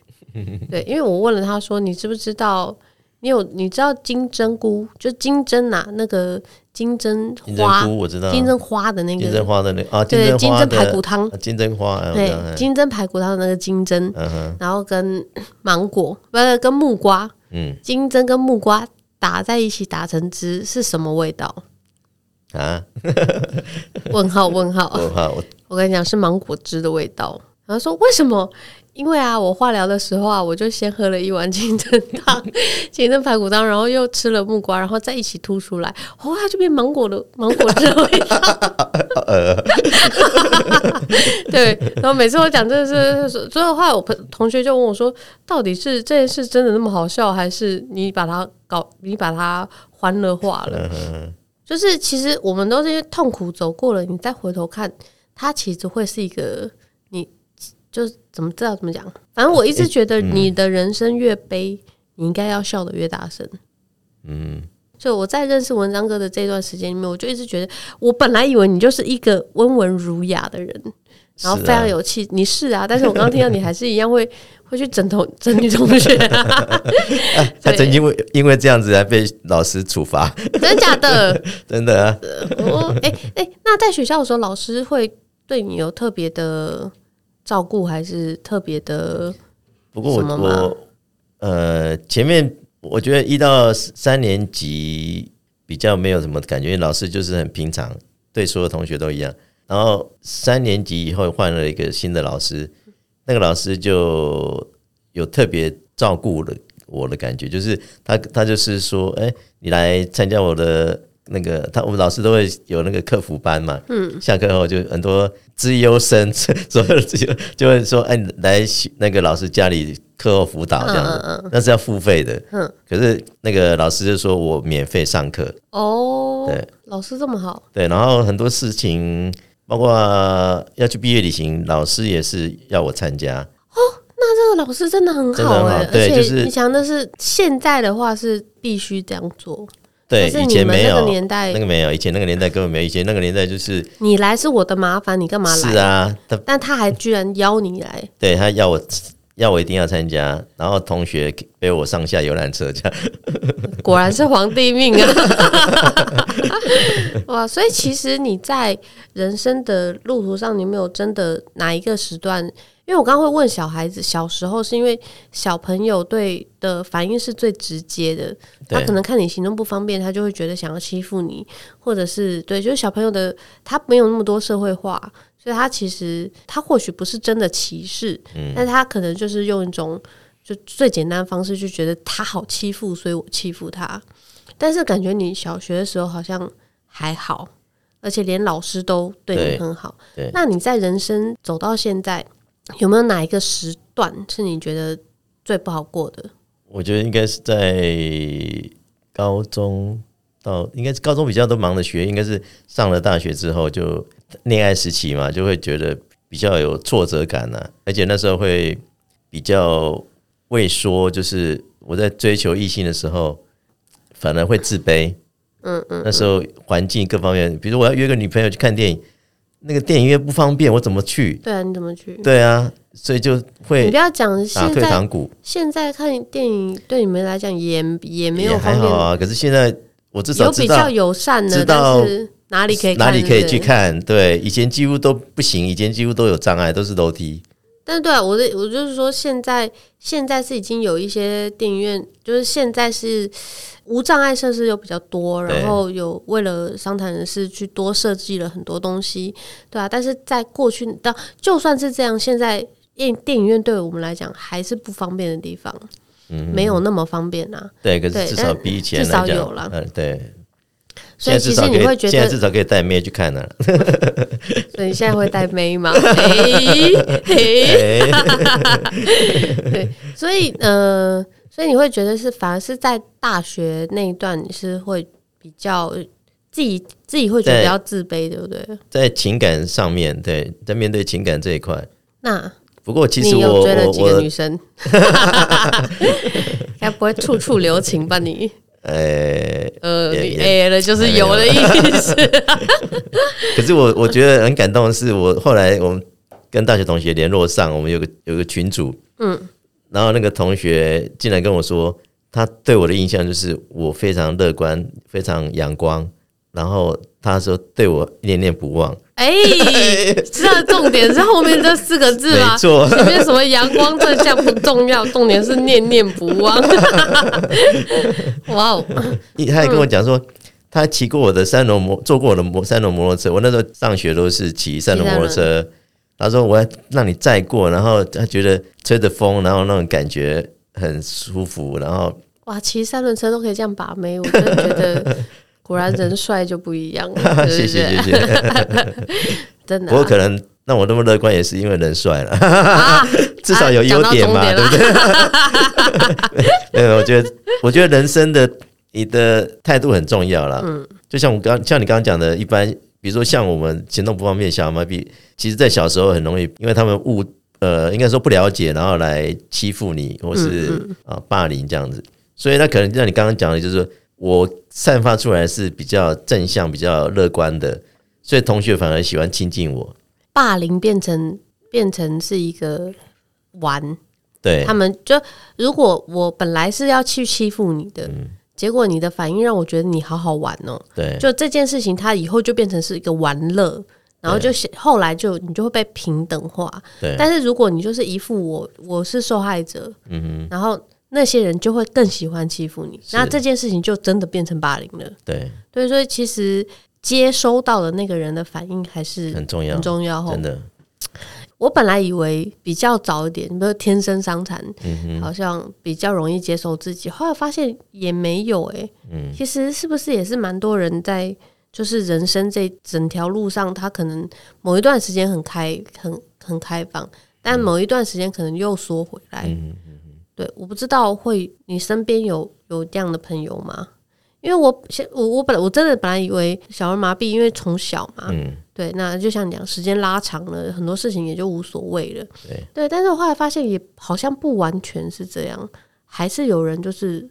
[SPEAKER 1] 对，因为我问了他说：“你知不知道？你有你知道金针菇就金针呐、那个金针
[SPEAKER 2] 金针
[SPEAKER 1] 花
[SPEAKER 2] 菇我知道，
[SPEAKER 1] 金针花的那
[SPEAKER 2] 金
[SPEAKER 1] 个
[SPEAKER 2] 针花的那啊，
[SPEAKER 1] 对
[SPEAKER 2] 金
[SPEAKER 1] 金
[SPEAKER 2] 花
[SPEAKER 1] 针排骨
[SPEAKER 2] 的
[SPEAKER 1] 汤，
[SPEAKER 2] 啊金针花，啊我知
[SPEAKER 1] 对
[SPEAKER 2] 道，哎
[SPEAKER 1] 金针排骨汤的那个金针，
[SPEAKER 2] 嗯哼，
[SPEAKER 1] 然后跟 芒果不是跟木瓜，
[SPEAKER 2] 嗯
[SPEAKER 1] 金针跟木瓜打在一起打成汁是什么味道？
[SPEAKER 2] 啊，
[SPEAKER 1] 问号问号，
[SPEAKER 2] 我怕我
[SPEAKER 1] 我跟你讲是芒果汁的味道。然后说为什么？因为啊，我化疗的时候啊，我就先喝了一碗金针汤、金针排骨汤，然后又吃了木瓜，然后再一起吐出来，哦，它就变芒果的芒果汁的味道。对，然后每次我讲这个是，所以后来我朋同学就问我说，到底是这件事真的那么好笑，还是你把它搞，你把它欢乐化了？
[SPEAKER 2] 嗯哼
[SPEAKER 1] 就是其实我们都是因为痛苦走过了，你再回头看，它其实会是一个你就是怎么知道怎么讲？反正我一直觉得你的人生越悲，你应该要笑得越大声。
[SPEAKER 2] 嗯，
[SPEAKER 1] 就我在认识文章哥的这段时间里面，我就一直觉得，我本来以为你就是一个温文儒雅的人，然后
[SPEAKER 2] 是啊
[SPEAKER 1] 非常有气，你是啊，但是我刚刚听到你还是一样会会去整 同整女同学、 啊，
[SPEAKER 2] 他曾经为因为这样子还被老师处罚，
[SPEAKER 1] 真的假的？
[SPEAKER 2] 真的啊，
[SPEAKER 1] 哦，哎、哎、那在学校的时候，老师会对你有特别的照顾，还是特别的？
[SPEAKER 2] 不过我
[SPEAKER 1] 什么吗
[SPEAKER 2] 我呃前面我觉得一到三年级比较没有什么感觉，老师就是很平常，对所有同学都一样。然后三年级以后换了一个新的老师，那个老师就有特别照顾了我的感觉，就是他他就是说，哎、你来参加我的那个，他我们老师都会有那个客服班嘛，嗯，下课后就很多资优生， 所有的资优就会说，哎、你来那个老师家里课后辅导这样子，那是要付费的，嗯，可是那个老师就说我免费上课，
[SPEAKER 1] 哦
[SPEAKER 2] 对，
[SPEAKER 1] 老师这么好，
[SPEAKER 2] 对，然后很多事情，包括要去毕业旅行，老师也是要我参加。
[SPEAKER 1] 那这个老师真的很
[SPEAKER 2] 真的很
[SPEAKER 1] 好
[SPEAKER 2] 好
[SPEAKER 1] 哎、
[SPEAKER 2] 对
[SPEAKER 1] 而
[SPEAKER 2] 就
[SPEAKER 1] 且
[SPEAKER 2] 是
[SPEAKER 1] 你想的是现在的话是必须这样做，
[SPEAKER 2] 对，
[SPEAKER 1] 但是
[SPEAKER 2] 以
[SPEAKER 1] 你
[SPEAKER 2] 前
[SPEAKER 1] 们
[SPEAKER 2] 没
[SPEAKER 1] 那
[SPEAKER 2] 有
[SPEAKER 1] 个年代，
[SPEAKER 2] 那个没有，以前那个年代根本没有，以前那个年代就是
[SPEAKER 1] 你来是我的麻烦，你干嘛来？
[SPEAKER 2] 是啊，他
[SPEAKER 1] 但他还居然邀你来，
[SPEAKER 2] 对他要我要我一定要参加，然后同学背我上下游览车这样，
[SPEAKER 1] 果然是皇帝命啊！ 哇，所以其实你在人生的路途上，你没有真的哪一个时段？因为我刚刚会问小孩子，小时候是因为小朋友对的反应是最直接的，他
[SPEAKER 2] 对
[SPEAKER 1] 可能看你行动不方便，他就会觉得想要欺负你，或者是对，就是小朋友的他没有那么多社会化，所以他其实他或许不是真的歧视，
[SPEAKER 2] 嗯
[SPEAKER 1] 但是他可能就是用一种就最简单的方式就觉得他好欺负，所以我欺负他。但是感觉你小学的时候好像还好，而且连老师都对你
[SPEAKER 2] 对
[SPEAKER 1] 很好
[SPEAKER 2] 对。
[SPEAKER 1] 那你在人生走到现在，有没有哪一个时段是你觉得最不好过的？
[SPEAKER 2] 我觉得应该是在高中到应该是高中比较都忙着学，应该是上了大学之后就恋爱时期嘛，就会觉得比较有挫折感呐、而且那时候会比较畏缩，就是我在追求异性的时候，反而会自卑。嗯嗯，那时候环境各方面，比如我要约个女朋友去看电影，那个电影院不方便，我怎么去？
[SPEAKER 1] 对啊，你怎么去？
[SPEAKER 2] 对啊，所以就
[SPEAKER 1] 你
[SPEAKER 2] 会
[SPEAKER 1] 不要讲
[SPEAKER 2] 打
[SPEAKER 1] 现
[SPEAKER 2] 啊退
[SPEAKER 1] 在，
[SPEAKER 2] 堂鼓。
[SPEAKER 1] 现在看电影对你们来讲也也没有
[SPEAKER 2] 也
[SPEAKER 1] 方
[SPEAKER 2] 还好
[SPEAKER 1] 便，
[SPEAKER 2] 啊。可是现在我至少
[SPEAKER 1] 有
[SPEAKER 2] 知
[SPEAKER 1] 比
[SPEAKER 2] 道
[SPEAKER 1] 较友善的，
[SPEAKER 2] 知道
[SPEAKER 1] 但是哪里可以看
[SPEAKER 2] 哪里可以
[SPEAKER 1] 对不对
[SPEAKER 2] 去看。对，以前几乎都不行，以前几乎都有障碍，都是楼梯。
[SPEAKER 1] 但是对啊，我的我就是说，现在现在是已经有一些电影院，就是现在是无障碍设施有比较多，
[SPEAKER 2] 对
[SPEAKER 1] 然后有为了伤残人士去多设计了很多东西，对啊。但是在过去，当就算是这样，现在电电影院对我们来讲还是不方便的地方，
[SPEAKER 2] 嗯
[SPEAKER 1] 没有那么方便啊。
[SPEAKER 2] 对，可
[SPEAKER 1] 对
[SPEAKER 2] 是至少
[SPEAKER 1] 但
[SPEAKER 2] 比以前
[SPEAKER 1] 至少
[SPEAKER 2] 来讲，
[SPEAKER 1] 有啦
[SPEAKER 2] 嗯、对。
[SPEAKER 1] 所
[SPEAKER 2] 现
[SPEAKER 1] 以
[SPEAKER 2] 在
[SPEAKER 1] 其
[SPEAKER 2] 至
[SPEAKER 1] 实
[SPEAKER 2] 少可
[SPEAKER 1] 你
[SPEAKER 2] 以
[SPEAKER 1] 会觉，
[SPEAKER 2] 现在
[SPEAKER 1] 得
[SPEAKER 2] 至少可以带妹去看 啊了、
[SPEAKER 1] 所以你现在会戴妹 吗？嘿嘿，
[SPEAKER 2] 哎，
[SPEAKER 1] 所以呃，所以你会觉得是反而是在大学那一段，你是会比较自己自己会觉得
[SPEAKER 2] 对
[SPEAKER 1] 比较自卑，对不对？
[SPEAKER 2] 在情感上面，对，在面对情感这一块。
[SPEAKER 1] 那
[SPEAKER 2] 不过其实
[SPEAKER 1] 你
[SPEAKER 2] 我
[SPEAKER 1] 有追了
[SPEAKER 2] 我
[SPEAKER 1] 几个
[SPEAKER 2] 我
[SPEAKER 1] 女生？ 该不会处处留情吧你？
[SPEAKER 2] 呃，
[SPEAKER 1] 呃，
[SPEAKER 2] 也
[SPEAKER 1] 你
[SPEAKER 2] 也
[SPEAKER 1] A 了就是有了意 思。
[SPEAKER 2] 可是我我觉得很感动的是，我后来我们跟大学同学联络上，我们有个有个群组，嗯，然后那个同学竟然跟我说，他对我的印象就是我非常乐观，非常阳光，然后他说对我念念不忘，
[SPEAKER 1] 哎，这重点是后面这四个字吗
[SPEAKER 2] 没？ 错，
[SPEAKER 1] 前面什么阳光正向不重要，重点是念念不忘。 哇哦，
[SPEAKER 2] 他还跟
[SPEAKER 1] 嗯
[SPEAKER 2] 我讲说。他骑过我的三轮摩，坐过我的摩三轮摩托车。我那时候上学都是骑三轮摩托
[SPEAKER 1] 骑三
[SPEAKER 2] 车。他说我要让你载过，然后他觉得吹着风，然后那种感觉很舒服，然后
[SPEAKER 1] 哇，骑三轮车都可以这样把妹，我真的觉得果然人帅就不一 样了，对不对？
[SPEAKER 2] 谢谢谢 谢。
[SPEAKER 1] 真的
[SPEAKER 2] 不过
[SPEAKER 1] 啊
[SPEAKER 2] 可能让我那么乐观，也是因为人帅了，
[SPEAKER 1] 啊，
[SPEAKER 2] 至少有优点嘛，
[SPEAKER 1] 啊
[SPEAKER 2] 对
[SPEAKER 1] 讲到
[SPEAKER 2] 不
[SPEAKER 1] 重点
[SPEAKER 2] 对？对，我觉得我觉得人生的你的态度很重要啦。嗯，就像我刚像你刚刚讲的，一般比如说像我们行动不方便的小麻痹，其实在小时候很容易，因为他们误呃应该说不了解，然后来欺负你或是
[SPEAKER 1] 嗯
[SPEAKER 2] 啊、霸凌这样子，所以那可能像你刚刚讲的，就是说我散发出来是比较正向、比较乐观的。所以同学反而喜欢亲近我，
[SPEAKER 1] 霸凌变成变成是一个玩，
[SPEAKER 2] 对，
[SPEAKER 1] 他们就如果我本来是要去欺负你的，
[SPEAKER 2] 嗯
[SPEAKER 1] 结果你的反应让我觉得你好好玩哦、
[SPEAKER 2] 对，
[SPEAKER 1] 就这件事情，它以后就变成是一个玩乐，然后就写后来就你就会被平等化。
[SPEAKER 2] 对
[SPEAKER 1] 但是如果你就是一副我我是受害者，然后那些人就会更喜欢欺负你，
[SPEAKER 2] 嗯是
[SPEAKER 1] 那这件事情就真的变成霸凌了。
[SPEAKER 2] 对，
[SPEAKER 1] 对，所以其实接收到的那个人的反应还是
[SPEAKER 2] 很重要
[SPEAKER 1] 很，重要哦。
[SPEAKER 2] 真的，
[SPEAKER 1] 我本来以为比较早一点，比如说天生伤残，好像比较容易接受自己，后来发现也没有诶、其实是不是也是蛮多人在就是人生这整条路上，他可能某一段时间很开很很开放，但某一段时间可能又缩回来。对，我不知道会你身边有有这样的朋友吗？因为我现我我本来我真的本来以为小儿麻痹，因为从小嘛，
[SPEAKER 2] 嗯，
[SPEAKER 1] 对，那就像你讲，时间拉长了，很多事情也就无所谓了。
[SPEAKER 2] 对，
[SPEAKER 1] 但是我后来发现，也好像不完全是这样，还是有人就是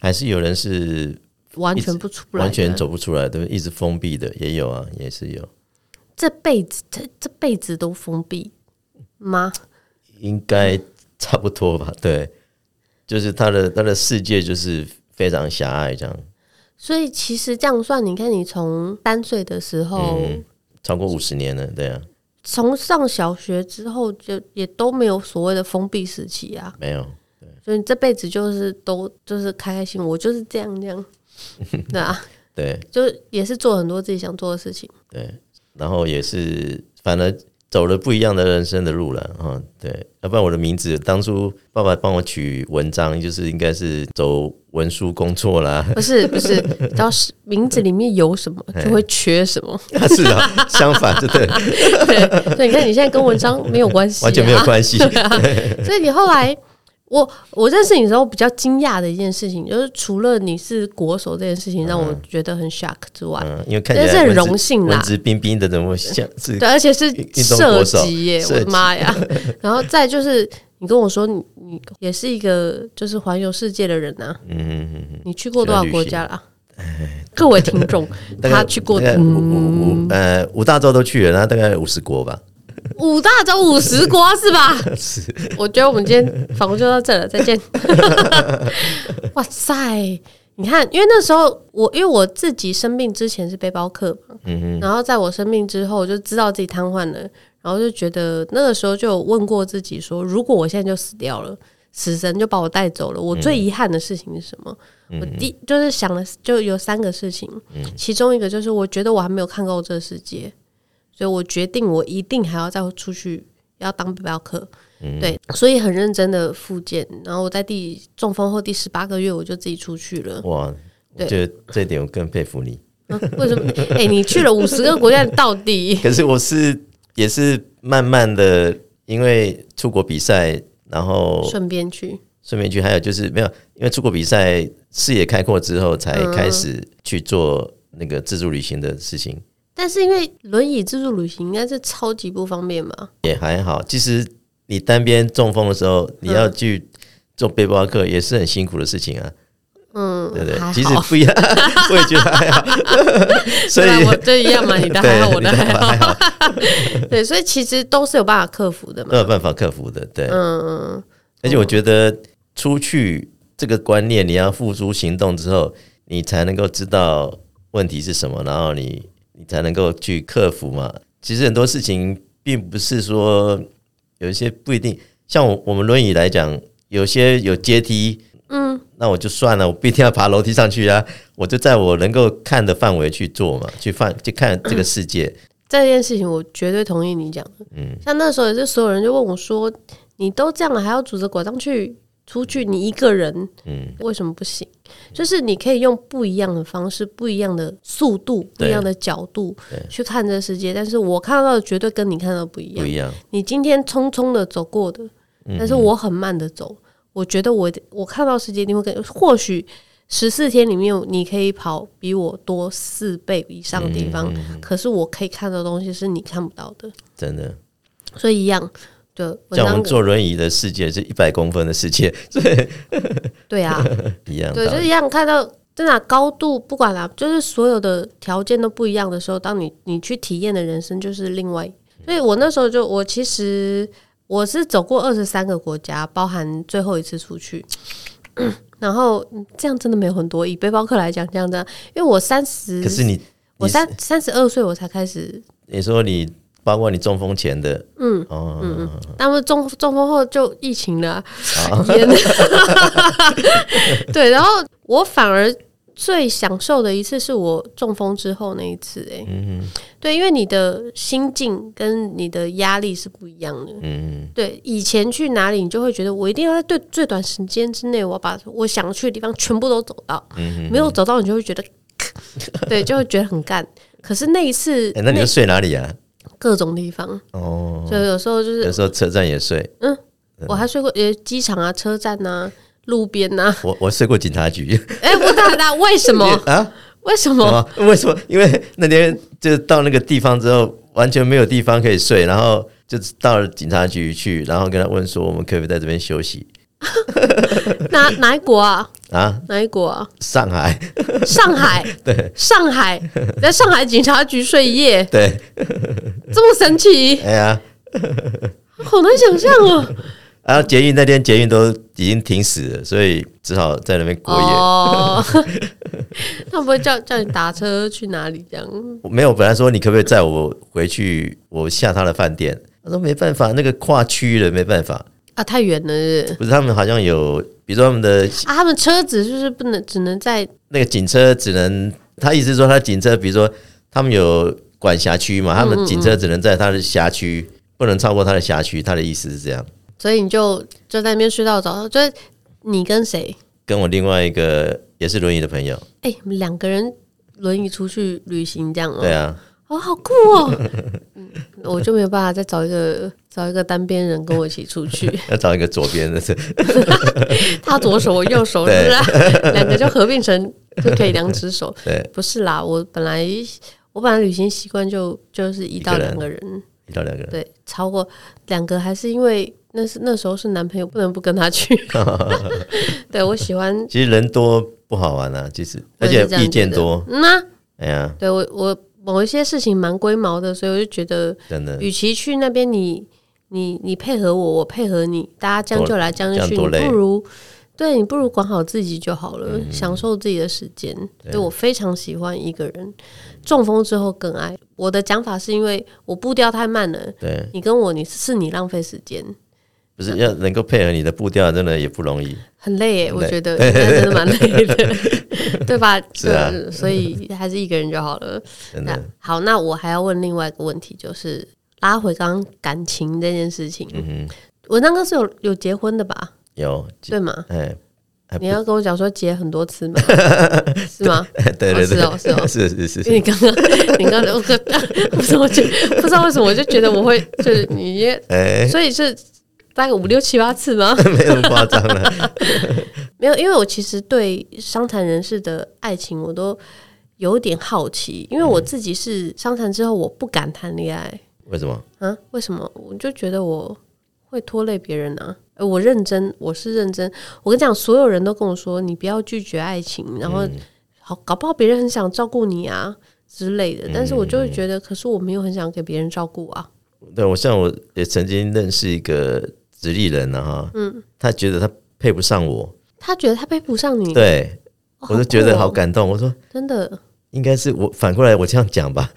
[SPEAKER 2] 还是有人是
[SPEAKER 1] 完全不出来，
[SPEAKER 2] 完全。走不出来，对不对？一直封闭的也有啊，也是有，
[SPEAKER 1] 这辈子，这这辈子都封闭吗？
[SPEAKER 2] 应该差不多吧？对，就是他的他的世界就是非常狭隘，这样
[SPEAKER 1] 所以其实这样算，你看，你从三岁的时候，
[SPEAKER 2] 嗯超过五十年了，对啊，
[SPEAKER 1] 从上小学之后，就也都没有所谓的封闭时期啊。
[SPEAKER 2] 没有，
[SPEAKER 1] 所以你这辈子就是都就是开开心，我就是这样这 样，对啊，
[SPEAKER 2] 对
[SPEAKER 1] 就是也是做很多自己想做的事情。
[SPEAKER 2] 对，然后也是反而。走了不一样的人生的路了啊、嗯对，要不然我的名字当初爸爸帮我取文章，就是应该是走文书工作啦，
[SPEAKER 1] 不是不是，只要是名字里面有什么，
[SPEAKER 2] 哎
[SPEAKER 1] 就会缺什么。
[SPEAKER 2] 是啊，相反，对对，
[SPEAKER 1] 啊对，所以你看你现在跟文章没有关系、啊，
[SPEAKER 2] 完全没有关系。
[SPEAKER 1] 所以你后来，我我认识你的时候，比较惊讶的一件事情，就是除了你是国手这件事情让我觉得很 shock 之外，
[SPEAKER 2] 嗯，因为看起来
[SPEAKER 1] 但是很
[SPEAKER 2] 文质
[SPEAKER 1] 荣幸啦
[SPEAKER 2] 文质彬彬的，怎么会像是？
[SPEAKER 1] 对，而且是
[SPEAKER 2] 运动
[SPEAKER 1] 射
[SPEAKER 2] 国手
[SPEAKER 1] 击耶，我
[SPEAKER 2] 射
[SPEAKER 1] 的
[SPEAKER 2] 击
[SPEAKER 1] 妈 呀！然后再就是。你跟我说你你也是一个就是环游世界的人呐、啊，
[SPEAKER 2] 嗯，
[SPEAKER 1] 你去过多少
[SPEAKER 2] 喜欢旅
[SPEAKER 1] 国
[SPEAKER 2] 行
[SPEAKER 1] 家 了啊？各位听众，
[SPEAKER 2] 大概
[SPEAKER 1] 他去过
[SPEAKER 2] 大概呃五五五呃五大洲都去了，然后大概五十国吧。
[SPEAKER 1] 五大洲五十国是吧？我觉得我们今天访问就到这了，再见。哇塞，你看，因为那时候我因为我自己生病之前是背包客嘛，然后在我生病之后就知道自己瘫痪了，然后就觉得那个时候就有问过自己说，如果我现在就死掉了。死神就把我带走了。我最遗憾的事情是什么？我第就是想了，就有三个事情，其中一个就是我觉得我还没有看够这个世界，所以我决定我一定还要再出去要当背包客。对，所以很认真的复健，然后我在第中风后第十八个月我就自己出去了。
[SPEAKER 2] 哇，我觉得这一点我更佩服你。
[SPEAKER 1] 啊 为什么？哎、你去了五十个国家，你到底
[SPEAKER 2] 可是我是也是慢慢的，因为出国比赛，然后
[SPEAKER 1] 顺便去？
[SPEAKER 2] 顺便去，还有就是没有，因为出国比赛视野开阔之后，才
[SPEAKER 1] 嗯
[SPEAKER 2] 开始去做那个自助旅行的事情，
[SPEAKER 1] 但是因为轮椅自助旅行应该是超级不方便吧？
[SPEAKER 2] 也还好。其实你单边中风的时候，
[SPEAKER 1] 嗯
[SPEAKER 2] 你要去做背包客，也是很辛苦的事情啊，
[SPEAKER 1] 嗯，
[SPEAKER 2] 对不对？
[SPEAKER 1] 还
[SPEAKER 2] 其实
[SPEAKER 1] 好
[SPEAKER 2] 不一样， 我也觉得还好。所以
[SPEAKER 1] 对啊我这一样嘛，你的还好，
[SPEAKER 2] 对，
[SPEAKER 1] 我
[SPEAKER 2] 你
[SPEAKER 1] 的
[SPEAKER 2] 的
[SPEAKER 1] 还好，
[SPEAKER 2] 还好，
[SPEAKER 1] 对，所以其实都是有办法克服的嘛
[SPEAKER 2] 都。有呃办法克服的，对。
[SPEAKER 1] 嗯，
[SPEAKER 2] 而且我觉得出去这个观念，你要付诸行动之后，你才能够知道问题是什么，然后你你才能够去克服嘛。其实很多事情并不是说有一些不一定，像我我们轮椅来讲，有些有阶梯，嗯，那我就算了，我不一定要 爬楼梯上去啊，我就在我能够看的范围去做嘛，去范去看这个世界，
[SPEAKER 1] 这件事情我绝对同意你讲的。嗯，像那时候也是所有人就问我说：“你都这样了，还要拄着拐杖去出去？你一个人，
[SPEAKER 2] 嗯，
[SPEAKER 1] 为什么不行？”就是你可以用不一样的方式、不一样的速度、不
[SPEAKER 2] 对
[SPEAKER 1] 一样的角度去看这世界，但是我看到的绝对跟你看到的不一
[SPEAKER 2] 不
[SPEAKER 1] 样。
[SPEAKER 2] 一样。
[SPEAKER 1] 你今天匆匆的走过的，但是我很慢的走，我觉得我我看到世界一定会跟，或许十四天里面你可以跑比我多四倍以上的地方，可是我可以看到的东西是你看不到的，
[SPEAKER 2] 真的，
[SPEAKER 1] 所以一样的文
[SPEAKER 2] 像我
[SPEAKER 1] 章
[SPEAKER 2] 们坐轮椅的世界是一百公分的世界，
[SPEAKER 1] 对啊，
[SPEAKER 2] 一样道
[SPEAKER 1] 对，
[SPEAKER 2] 理。
[SPEAKER 1] 就是一样看到。真的啊、高度不管啦、就是所有的条件都不一样的时候，当你你去体验的人生就是另外。所以我那时候就，我其实我是走过二十三个国家，包含最后一次出去。然后嗯这样真的没有很多，以背包客来讲，这样的，啊因为我三十
[SPEAKER 2] 可，是你，
[SPEAKER 1] 我
[SPEAKER 2] 你
[SPEAKER 1] 三三十二岁我才开始，
[SPEAKER 2] 你说你包括你中风前的，嗯，哦，
[SPEAKER 1] 那么中中风后就疫情了啊，严 对，然后我反而最享受的一次是我中风之后那一次、欸，
[SPEAKER 2] 嗯
[SPEAKER 1] 对，因为你的心境跟你的压力是不一样的。
[SPEAKER 2] 嗯，
[SPEAKER 1] 对，以前去哪里，你就会觉得我一定要在最最短时间之内，我要把我想去的地方全部都走到。
[SPEAKER 2] 嗯
[SPEAKER 1] 没有走到，你就会觉得， 对，就会觉得很干。可是那一次，
[SPEAKER 2] 哎，那你是睡哪里啊？
[SPEAKER 1] 各种地方，
[SPEAKER 2] 哦，
[SPEAKER 1] 就有时候就是
[SPEAKER 2] 有时候车站也睡，嗯
[SPEAKER 1] 我还睡过，呃，机场啊、车站啊、路边 呐、啊。
[SPEAKER 2] 我我睡过警察局，
[SPEAKER 1] 哎、我大大，为什么？
[SPEAKER 2] 啊？
[SPEAKER 1] 为什
[SPEAKER 2] 什
[SPEAKER 1] 么？
[SPEAKER 2] 么？为什么？因为那天就到那个地方之后，完全没有地方可以睡，然后就到了警察局去，然后跟他问说，我们可不可以在这边休息
[SPEAKER 1] 哪哪一国啊？
[SPEAKER 2] 啊？
[SPEAKER 1] 哪一国啊？
[SPEAKER 2] 上海，
[SPEAKER 1] 上海，对，上海，你在上海警察局睡一夜，
[SPEAKER 2] 对，
[SPEAKER 1] 这么神奇，
[SPEAKER 2] 哎呀，
[SPEAKER 1] 好难想象哦。
[SPEAKER 2] 然后啊捷运那天捷运都已经停死了，所以只好在那边 过夜。
[SPEAKER 1] 哦， 他不会叫叫你打车去哪里这样？
[SPEAKER 2] 我没有，本来说你可不可以载我回去，我下他的饭店。他说没办法，那个跨区了，没办法。
[SPEAKER 1] 啊，太远了是不是
[SPEAKER 2] 不是他们好像有，比如说他们的
[SPEAKER 1] 啊，他们车子是不是不能只能在
[SPEAKER 2] 那个警车只能，他意思是说他警车，比如说他们有管辖区
[SPEAKER 1] 嗯
[SPEAKER 2] 嘛，他们警车只能在他的辖区，不能超过他的辖区。他的意思是这样。
[SPEAKER 1] 所以你就就在那边睡到早上，就是你跟谁？
[SPEAKER 2] 跟我另外一个也是轮椅的朋友，
[SPEAKER 1] 哎、你们两个人轮椅出去旅行这样哦、
[SPEAKER 2] 对啊，
[SPEAKER 1] 哦，好酷哦、 嗯我就没有办法再找一个找一个单边人跟我一起出去，
[SPEAKER 2] 要找一个左边的，
[SPEAKER 1] 他左手我右手，是不是啊、 两个就合并成就可以两只手？
[SPEAKER 2] 对，
[SPEAKER 1] 不是啦，我本来我本来旅行习惯就就是一到
[SPEAKER 2] 一个人
[SPEAKER 1] 两个人，
[SPEAKER 2] 遇到两个人。
[SPEAKER 1] 对，超过两个还是因为那是那时候是男朋友，不能不跟他去。对我喜欢，
[SPEAKER 2] 其实人多不好玩啊，其实
[SPEAKER 1] 我
[SPEAKER 2] 而
[SPEAKER 1] 也是
[SPEAKER 2] 且
[SPEAKER 1] 这样
[SPEAKER 2] 意见
[SPEAKER 1] 觉得
[SPEAKER 2] 多，
[SPEAKER 1] 嗯啊，
[SPEAKER 2] 哎呀，
[SPEAKER 1] 对我我某一些事情蛮龟毛的，所以我就觉得，
[SPEAKER 2] 真的
[SPEAKER 1] 与其去那边你你你配合我，我配合你，大家将就来将就
[SPEAKER 2] 这
[SPEAKER 1] 去，
[SPEAKER 2] 样多
[SPEAKER 1] 你
[SPEAKER 2] 累嗯
[SPEAKER 1] 不如对你不如管好自己就好了，享受自己的时间。对我非常喜欢一个人，中风之后更爱。我的讲法是因为我步调太慢了，
[SPEAKER 2] 对。
[SPEAKER 1] 你跟我你是你浪费时间。
[SPEAKER 2] 不是要能够配合你的步调，真的也不容易。
[SPEAKER 1] 很累耶，我
[SPEAKER 2] 累
[SPEAKER 1] 觉得那真的蛮累 的，对吧？
[SPEAKER 2] 是啊
[SPEAKER 1] 对所以还是一个人就好了。
[SPEAKER 2] 真
[SPEAKER 1] 那
[SPEAKER 2] 的，
[SPEAKER 1] 好，那我还要问另外一个问题，就是拉回刚刚感情这件事情。
[SPEAKER 2] 嗯哼，
[SPEAKER 1] 文章哥是有有结婚的吧？
[SPEAKER 2] 有，
[SPEAKER 1] 对吗？
[SPEAKER 2] 哎， 还不
[SPEAKER 1] 你要跟我讲说结很多次 吗？是吗？
[SPEAKER 2] 对对对，
[SPEAKER 1] 哦是哦
[SPEAKER 2] 是是是
[SPEAKER 1] 因为你刚刚，你刚刚，我刚不知道我就不知道为什么，我就觉得我会就是你，
[SPEAKER 2] 哎，
[SPEAKER 1] 所以是大概五六七八次吗？
[SPEAKER 2] 没有那么 夸张了。
[SPEAKER 1] 没有，因为我其实对伤残人士的爱情我都有点好奇，因为我自己是伤残之后，我不敢谈恋爱。
[SPEAKER 2] 为什么？
[SPEAKER 1] 啊？为什么？我就觉得我会拖累别人啊！呃我认真，我是认真。我跟你讲，所有人都跟我说，你不要拒绝爱情，然后
[SPEAKER 2] 嗯
[SPEAKER 1] 好、搞不好别人很想照顾你啊之类
[SPEAKER 2] 嗯
[SPEAKER 1] 的。但是我就会觉得，可是我没有很想给别人照顾啊。
[SPEAKER 2] 对我像我也曾经认识一个直立人了、哈，嗯，他觉得他配不上我，
[SPEAKER 1] 他觉得他配不上你，
[SPEAKER 2] 对
[SPEAKER 1] 哦
[SPEAKER 2] 我就觉得好
[SPEAKER 1] 酷哦
[SPEAKER 2] 感动。我说
[SPEAKER 1] 真的。
[SPEAKER 2] 应该是我反过来我这样讲吧，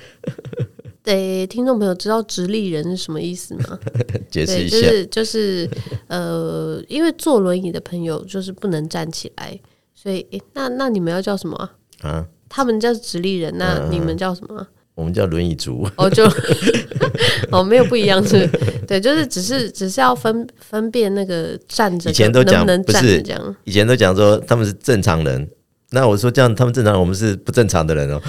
[SPEAKER 1] 对，听众朋友知道直立人是什么意思吗？
[SPEAKER 2] 解释
[SPEAKER 1] 对，
[SPEAKER 2] 一
[SPEAKER 1] 就
[SPEAKER 2] 下。
[SPEAKER 1] 是就是 呃，因为坐轮椅的朋友就是不能站起来，所以、诶那那你们要叫什么啊、
[SPEAKER 2] 啊，嗯
[SPEAKER 1] 他们叫直立人，那你们叫什么啊？
[SPEAKER 2] 我们叫轮椅族，
[SPEAKER 1] 哦，就 哦，没有不一样是不是，对，就是只是只是要分分辨那个站着
[SPEAKER 2] 以前都
[SPEAKER 1] 能不
[SPEAKER 2] 讲
[SPEAKER 1] 能
[SPEAKER 2] 不
[SPEAKER 1] 站
[SPEAKER 2] 是
[SPEAKER 1] 着这样，
[SPEAKER 2] 以前都讲说他们是正常人，那我说这样他们正常人，我们是不正常的人哦。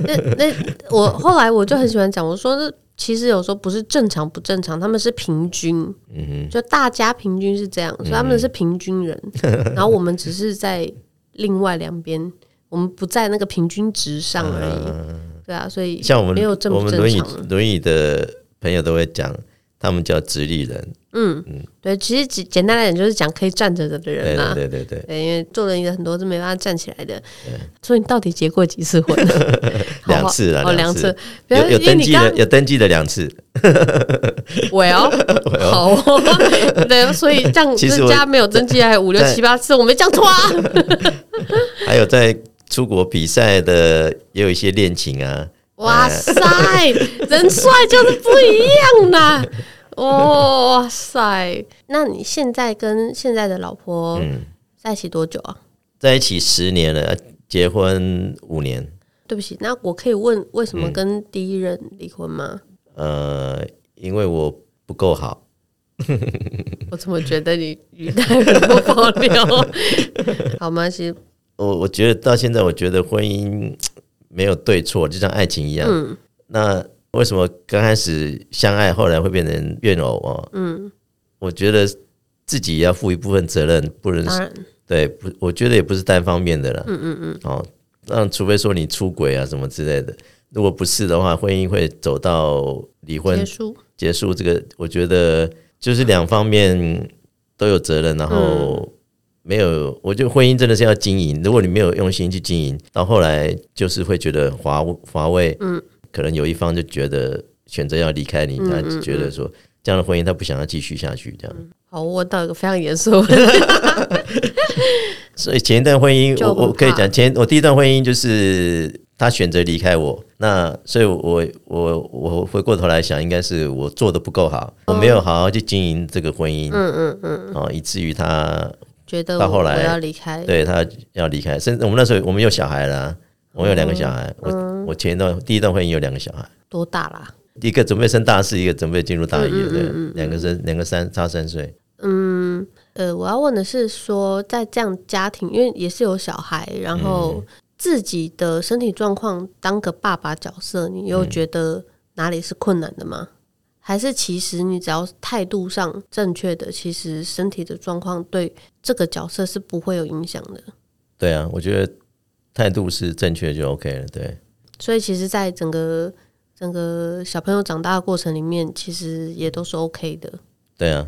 [SPEAKER 1] 那 那我后来我就很喜欢讲，我说这其实有时候不是正常不正常，他们是平均，
[SPEAKER 2] 嗯
[SPEAKER 1] 就大家平均是这样，所以他们是平均 人，然后我们只是在另外两边，我们不在那个平均值上而已，对啊，所以
[SPEAKER 2] 嗯像我
[SPEAKER 1] 没
[SPEAKER 2] 们
[SPEAKER 1] 有正
[SPEAKER 2] 我
[SPEAKER 1] 不
[SPEAKER 2] 们
[SPEAKER 1] 正
[SPEAKER 2] 轮椅
[SPEAKER 1] 常啊了。
[SPEAKER 2] 轮椅的朋友都会讲，他们叫直立人，
[SPEAKER 1] 对，其实简简单来讲就是讲可以站着的
[SPEAKER 2] 对
[SPEAKER 1] 人啊，
[SPEAKER 2] 对对对对，
[SPEAKER 1] 对，因为坐轮椅的很多是没办法站起来的，所以你到底结过几次婚？ 好
[SPEAKER 2] 两次啦
[SPEAKER 1] 哦，
[SPEAKER 2] 两
[SPEAKER 1] 两
[SPEAKER 2] 次
[SPEAKER 1] 次。不要
[SPEAKER 2] 有
[SPEAKER 1] 因
[SPEAKER 2] 有
[SPEAKER 1] 为
[SPEAKER 2] 登
[SPEAKER 1] 你
[SPEAKER 2] 记
[SPEAKER 1] 刚
[SPEAKER 2] 的有登记的两次，
[SPEAKER 1] well，好哦， 对，所以这样
[SPEAKER 2] 其实
[SPEAKER 1] 这
[SPEAKER 2] 我
[SPEAKER 1] 家没有登记还五六
[SPEAKER 2] 在
[SPEAKER 1] 七八次，我没讲错 啊。
[SPEAKER 2] 还有在出国比赛的也有一些恋情啊，
[SPEAKER 1] 哇塞，人帅就是不一样啦。哦，哇塞，那你现在跟现在的老婆
[SPEAKER 2] 嗯
[SPEAKER 1] 在一起多久啊？
[SPEAKER 2] 在一起十年了，结婚五年，
[SPEAKER 1] 对不起，那我可以问为
[SPEAKER 2] 嗯
[SPEAKER 1] 什么跟第一任离婚吗？
[SPEAKER 2] 呃，因为我不够好，
[SPEAKER 1] 我怎么觉得你语带不保留？ 好吗？其实
[SPEAKER 2] 我我觉得到现在，我觉得婚姻没有对错，就像爱情一样。
[SPEAKER 1] 嗯
[SPEAKER 2] 那为什么刚开始相爱，后来会变成怨偶哦？嗯，我觉得自己也要负一部分责任，不能
[SPEAKER 1] 当然
[SPEAKER 2] 对不，我觉得也不是单方面的啦。嗯嗯嗯。哦，那除非说你出轨啊什么之类的，如果不是的话，婚姻会走到离婚
[SPEAKER 1] 结束。
[SPEAKER 2] 结束这个，我觉得就是两方面都有责任，然后没有，我觉得婚姻真的是要经营，如果你没有用心去经营，到后来就是会觉得乏乏味，嗯，可能有一方就觉得选择要离开你，他就觉得说这样的婚姻他不想要继续下去，这样，
[SPEAKER 1] 好，我问到一个非常严肃的 问题。
[SPEAKER 2] 所以前一段婚姻，
[SPEAKER 1] 就
[SPEAKER 2] 我
[SPEAKER 1] 很
[SPEAKER 2] 我可以
[SPEAKER 1] 怕
[SPEAKER 2] 讲前我第一段婚姻就是。他选择离开我，那所以我，我我我回过头来想，应该是我做的不够好，我没有好好去经营这个婚姻。
[SPEAKER 1] 嗯嗯嗯，
[SPEAKER 2] 哦，以至于他
[SPEAKER 1] 觉得
[SPEAKER 2] 到后
[SPEAKER 1] 我
[SPEAKER 2] 来
[SPEAKER 1] 我要离开。
[SPEAKER 2] 对他要离开，甚至我们那时候我们有小孩啦，我有两个小孩，
[SPEAKER 1] 嗯
[SPEAKER 2] 我我前一段第一段婚姻有两个小孩，
[SPEAKER 1] 多大啦？
[SPEAKER 2] 一个准备升大四，一个准备进入
[SPEAKER 1] 嗯
[SPEAKER 2] 大一，对，两个生两个三差三岁，
[SPEAKER 1] 呃，我要问的是说，在这样家庭，因为也是有小孩，然后自己的身体状况，当个爸爸角色，你有觉得哪里是困难的吗？还是其实你只要态度上正确的，其实身体的状况对这个角色是不会有影响的。
[SPEAKER 2] 对啊，我觉得态度是正确就 OK 了，对，
[SPEAKER 1] 所以其实，在整个整个小朋友长大的过程里面，其实也都是 OK 的。
[SPEAKER 2] 对啊，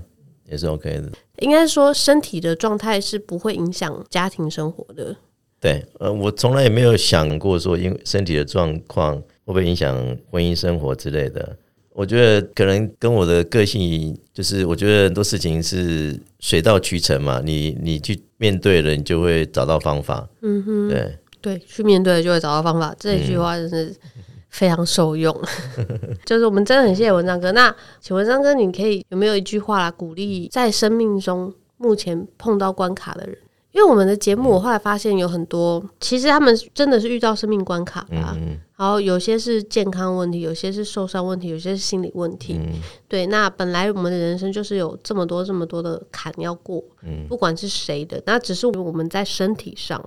[SPEAKER 2] 也是 OK 的，
[SPEAKER 1] 应该说，身体的状态是不会影响家庭生活的。
[SPEAKER 2] 对，呃，我从来也没有想过说，因为身体的状况会不会影响婚姻生活之类的。我觉得可能跟我的个性，就是我觉得很多事情是水到渠成嘛，你你去面对了，你就会找到方法。嗯哼，对，
[SPEAKER 1] 对，去面对就会找到方法。这一句话真是非常受用， 就是我们真的很谢谢文章哥。那请文章哥，你可以有没有一句话啦，鼓励在生命中目前碰到关卡的人？因为我们的节目，我后来发现有很多，其实他们真的是遇到生命关卡啦。然后有些是健康问题，有些是受伤问题，有些是心理问题。对，那本来我们的人生就是有这么多这么多的坎要过，不管是谁的，那只是我们在身体上，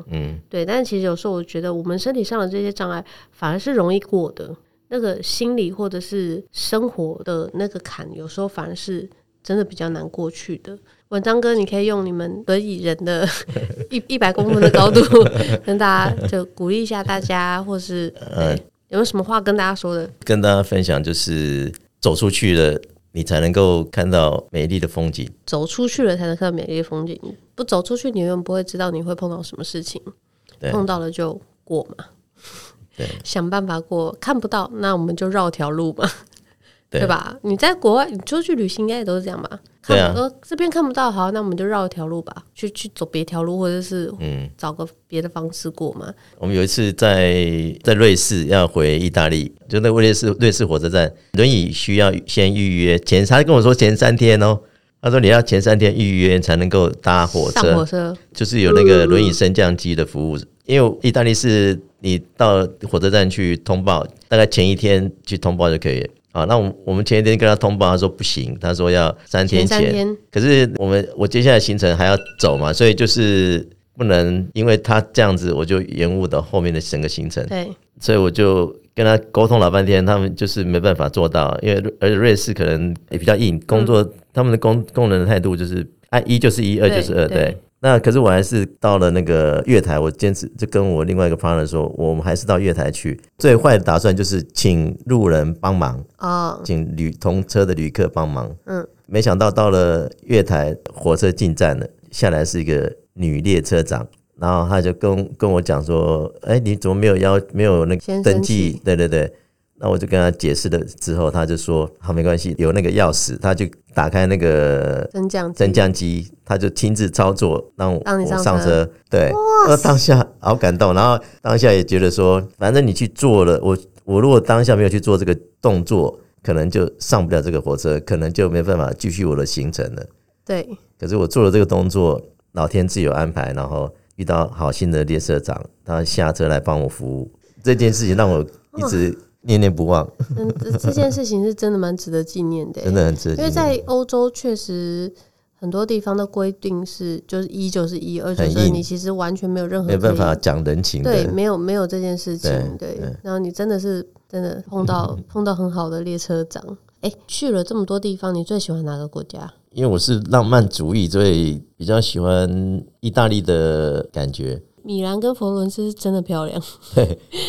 [SPEAKER 1] 对，但其实有时候我觉得，我们身体上的这些障碍反而是容易过的，那个心理或者是生活的那个坎，有时候反而是真的比较难过去的。文章哥，你可以用你们可以人的一一百公分的高度跟大家就鼓励一下大家，或是
[SPEAKER 2] 呃，
[SPEAKER 1] 有没有什么话跟大家说的？
[SPEAKER 2] 跟大家分享就是走出去了，你才能够看到美丽的风景。
[SPEAKER 1] 走出去了才能看到美丽的风景，不走出去，你永远不会知道你会碰到什么事情。
[SPEAKER 2] 对
[SPEAKER 1] 碰到了就过嘛，
[SPEAKER 2] 对
[SPEAKER 1] 想办法过。看不到，那我们就绕条路嘛，
[SPEAKER 2] 对
[SPEAKER 1] 吧？你在国外，你出去旅行应该也都是这样吧？看
[SPEAKER 2] 对啊
[SPEAKER 1] 不呃，这边看不到，好，那我们就绕一条路吧，去去走别条路，或者是
[SPEAKER 2] 嗯
[SPEAKER 1] 找个别的方式过嘛。
[SPEAKER 2] 我们有一次在在瑞士要回意大利，就那个瑞士瑞士火车站，轮椅需要先预约前，他跟我说前三天哦，他说你要前三天预约才能够搭火
[SPEAKER 1] 上
[SPEAKER 2] 车
[SPEAKER 1] 火，车，
[SPEAKER 2] 就是有那
[SPEAKER 1] 嗯
[SPEAKER 2] 个轮椅升降机的服务。因为意大利是你到火车站去通报，大概前一天去通报就可以了。啊，那我们我们前一天跟他通报，他说不行，他说要三天
[SPEAKER 1] 前
[SPEAKER 2] 前。
[SPEAKER 1] 三天
[SPEAKER 2] 可是我们我接下来行程还要走嘛，所以就是不能因为他这样子我就延误到后面的整个行程，
[SPEAKER 1] 对，
[SPEAKER 2] 所以我就跟他沟通了半天，他们就是没办法做到，因为而且瑞士可能也比较硬，工作、
[SPEAKER 1] 嗯
[SPEAKER 2] 他们的工工人的态度就是按一就是一，二
[SPEAKER 1] 对
[SPEAKER 2] 就是二，
[SPEAKER 1] 对
[SPEAKER 2] 对。那可是我还是到了那个月台，我坚持就跟我另外一个 partner 说，我们还是到月台去。最坏的打算就是请路人帮忙，
[SPEAKER 1] 哦，
[SPEAKER 2] 请旅同车的旅客帮忙。
[SPEAKER 1] 嗯，
[SPEAKER 2] 没想到到了月台，火车进站了，下来是一个女列车长，然后她就跟跟我讲说：“哎、你怎么没有要没有那
[SPEAKER 1] 先
[SPEAKER 2] 个
[SPEAKER 1] 生
[SPEAKER 2] 登记
[SPEAKER 1] 气？”
[SPEAKER 2] 对对对。那我就跟她解释了之后，她就说：“好，没关系，有那个钥匙。”她就打开那个
[SPEAKER 1] 升降机
[SPEAKER 2] 升，降机，他就亲自操作，让我
[SPEAKER 1] 让你上
[SPEAKER 2] 我上
[SPEAKER 1] 车
[SPEAKER 2] 车。对，那当下好感动，然后当下也觉得说，反正你去做了，我我如果当下没有去做这个动作，可能就上不了这个火车，可能就没办法继续我的行程了。
[SPEAKER 1] 对，
[SPEAKER 2] 可是我做了这个动作，老天自有安排，然后遇到好心的列车长，他下车来帮我服务，这件事情让我一直念念不忘，
[SPEAKER 1] 嗯，这这件事情是真的蛮值得纪念的，
[SPEAKER 2] 真的很值
[SPEAKER 1] 因
[SPEAKER 2] 得
[SPEAKER 1] 为
[SPEAKER 2] 纪念。
[SPEAKER 1] 在欧洲确实很多地方的规定是，就是一就是一，二就
[SPEAKER 2] 很
[SPEAKER 1] 是二，
[SPEAKER 2] 硬
[SPEAKER 1] 你其实完全没有任何
[SPEAKER 2] 没办法
[SPEAKER 1] 可以
[SPEAKER 2] 讲人情
[SPEAKER 1] 对，
[SPEAKER 2] 的，
[SPEAKER 1] 没有没有这件事情，对。
[SPEAKER 2] 对对嗯
[SPEAKER 1] 然后你真的是真的碰到碰到很好的列车长，哎、去了这么多地方，你最喜欢哪个国家？
[SPEAKER 2] 因为我是浪漫主义，所以比较喜欢意大利的感觉，
[SPEAKER 1] 米兰跟佛罗伦斯是真的漂亮，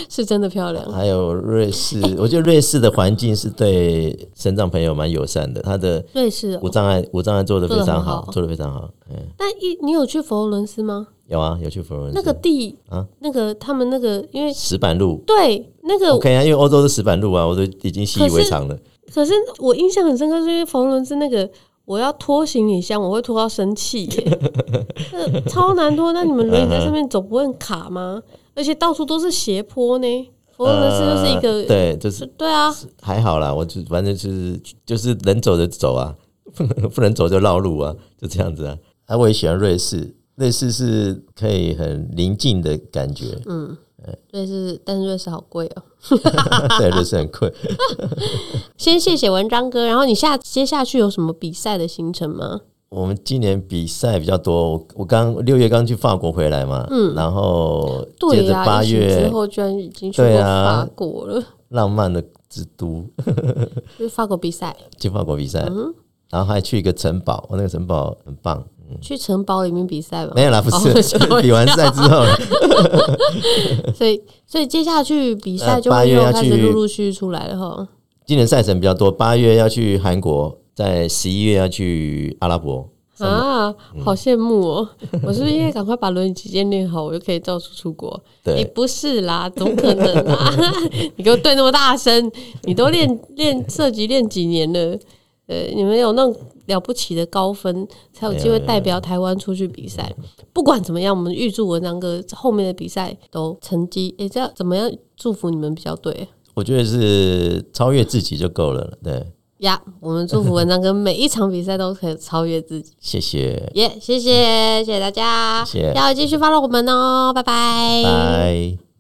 [SPEAKER 1] 是真的漂亮。
[SPEAKER 2] 还有瑞士。我觉得瑞士的环境是对身障朋友蛮友善的，它的
[SPEAKER 1] 瑞士、
[SPEAKER 2] 无
[SPEAKER 1] 哦，
[SPEAKER 2] 障碍无障碍做的非
[SPEAKER 1] 做得
[SPEAKER 2] 常
[SPEAKER 1] 很好
[SPEAKER 2] 好，做的非常好。嗯，
[SPEAKER 1] 那一你有去佛罗伦斯吗？
[SPEAKER 2] 有啊，有去佛罗伦斯
[SPEAKER 1] 那个地
[SPEAKER 2] 啊
[SPEAKER 1] 那个他们那个，因为
[SPEAKER 2] 石板路
[SPEAKER 1] 对那个
[SPEAKER 2] ，OK 啊，因为欧洲的石板路啊，我都已经习以为常了。
[SPEAKER 1] 可是我印象很深刻，是因为冯伦之那个，我要拖行李箱，我会拖到生气耶， 那超难拖。那你们轮椅在上面走不会很卡吗？
[SPEAKER 2] 嗯
[SPEAKER 1] 而且到处都是斜坡呢。佛罗伦斯就是一
[SPEAKER 2] 呃
[SPEAKER 1] 个，
[SPEAKER 2] 对，就是
[SPEAKER 1] 对啊，
[SPEAKER 2] 还好啦，我就反正就是就是能走就走啊， 不能不能走就绕路啊，就这样子啊。啊，我也喜欢瑞士，瑞士是可以很宁静的感觉，
[SPEAKER 1] 嗯瑞士，但是瑞士好贵哦。
[SPEAKER 2] 对，瑞士很贵。
[SPEAKER 1] 先谢谢文章哥，然后你下接下去有什么比赛的行程吗？
[SPEAKER 2] 我们今年比赛比较多，我我刚六月刚去法国回来嘛，嗯，然后接
[SPEAKER 1] 对
[SPEAKER 2] 着
[SPEAKER 1] 呀、
[SPEAKER 2] 八
[SPEAKER 1] 啊疫情之
[SPEAKER 2] 月
[SPEAKER 1] 后居然已经去过
[SPEAKER 2] 对啊
[SPEAKER 1] 法国了，
[SPEAKER 2] 浪漫的之都
[SPEAKER 1] 就是法国比赛，
[SPEAKER 2] 去法国比赛，
[SPEAKER 1] 嗯
[SPEAKER 2] 然后还去一个城堡，哦我那个城堡很棒。
[SPEAKER 1] 去城堡里面比赛吧。
[SPEAKER 2] 没有啦，不
[SPEAKER 1] 哦
[SPEAKER 2] 是
[SPEAKER 1] 吓我一跳
[SPEAKER 2] 比完赛之 后，
[SPEAKER 1] 所以，所以接下去比赛
[SPEAKER 2] 呃
[SPEAKER 1] 就
[SPEAKER 2] 八
[SPEAKER 1] 会
[SPEAKER 2] 月
[SPEAKER 1] 又
[SPEAKER 2] 要
[SPEAKER 1] 开始
[SPEAKER 2] 去
[SPEAKER 1] 陆陆续续出来了哈。
[SPEAKER 2] 今年赛程比较多，八月要去韩国，在十一月要去阿拉伯。
[SPEAKER 1] 啊，好羡慕哦！ 我是不是应该赶快把轮椅击剑练好，我就可以到处出国？你
[SPEAKER 2] 对，
[SPEAKER 1] 不是啦，怎么可能啦？ 你给我对那么大声，你都练练射击练几年了？呃，你们有那种了不起的高分，才有机会代表台湾出去比赛。不管怎么样，我们预祝文章哥后面的比赛都成绩。诶、这样怎么样祝福你们比较对？
[SPEAKER 2] 我觉得是超越自己就够了。对，
[SPEAKER 1] 呀、我们祝福文章哥每一场比赛都可以超越自己。
[SPEAKER 2] 谢谢，
[SPEAKER 1] 耶谢谢谢谢大家，
[SPEAKER 2] 谢谢
[SPEAKER 1] 要继续 follow 我们哦，拜拜，
[SPEAKER 2] 拜。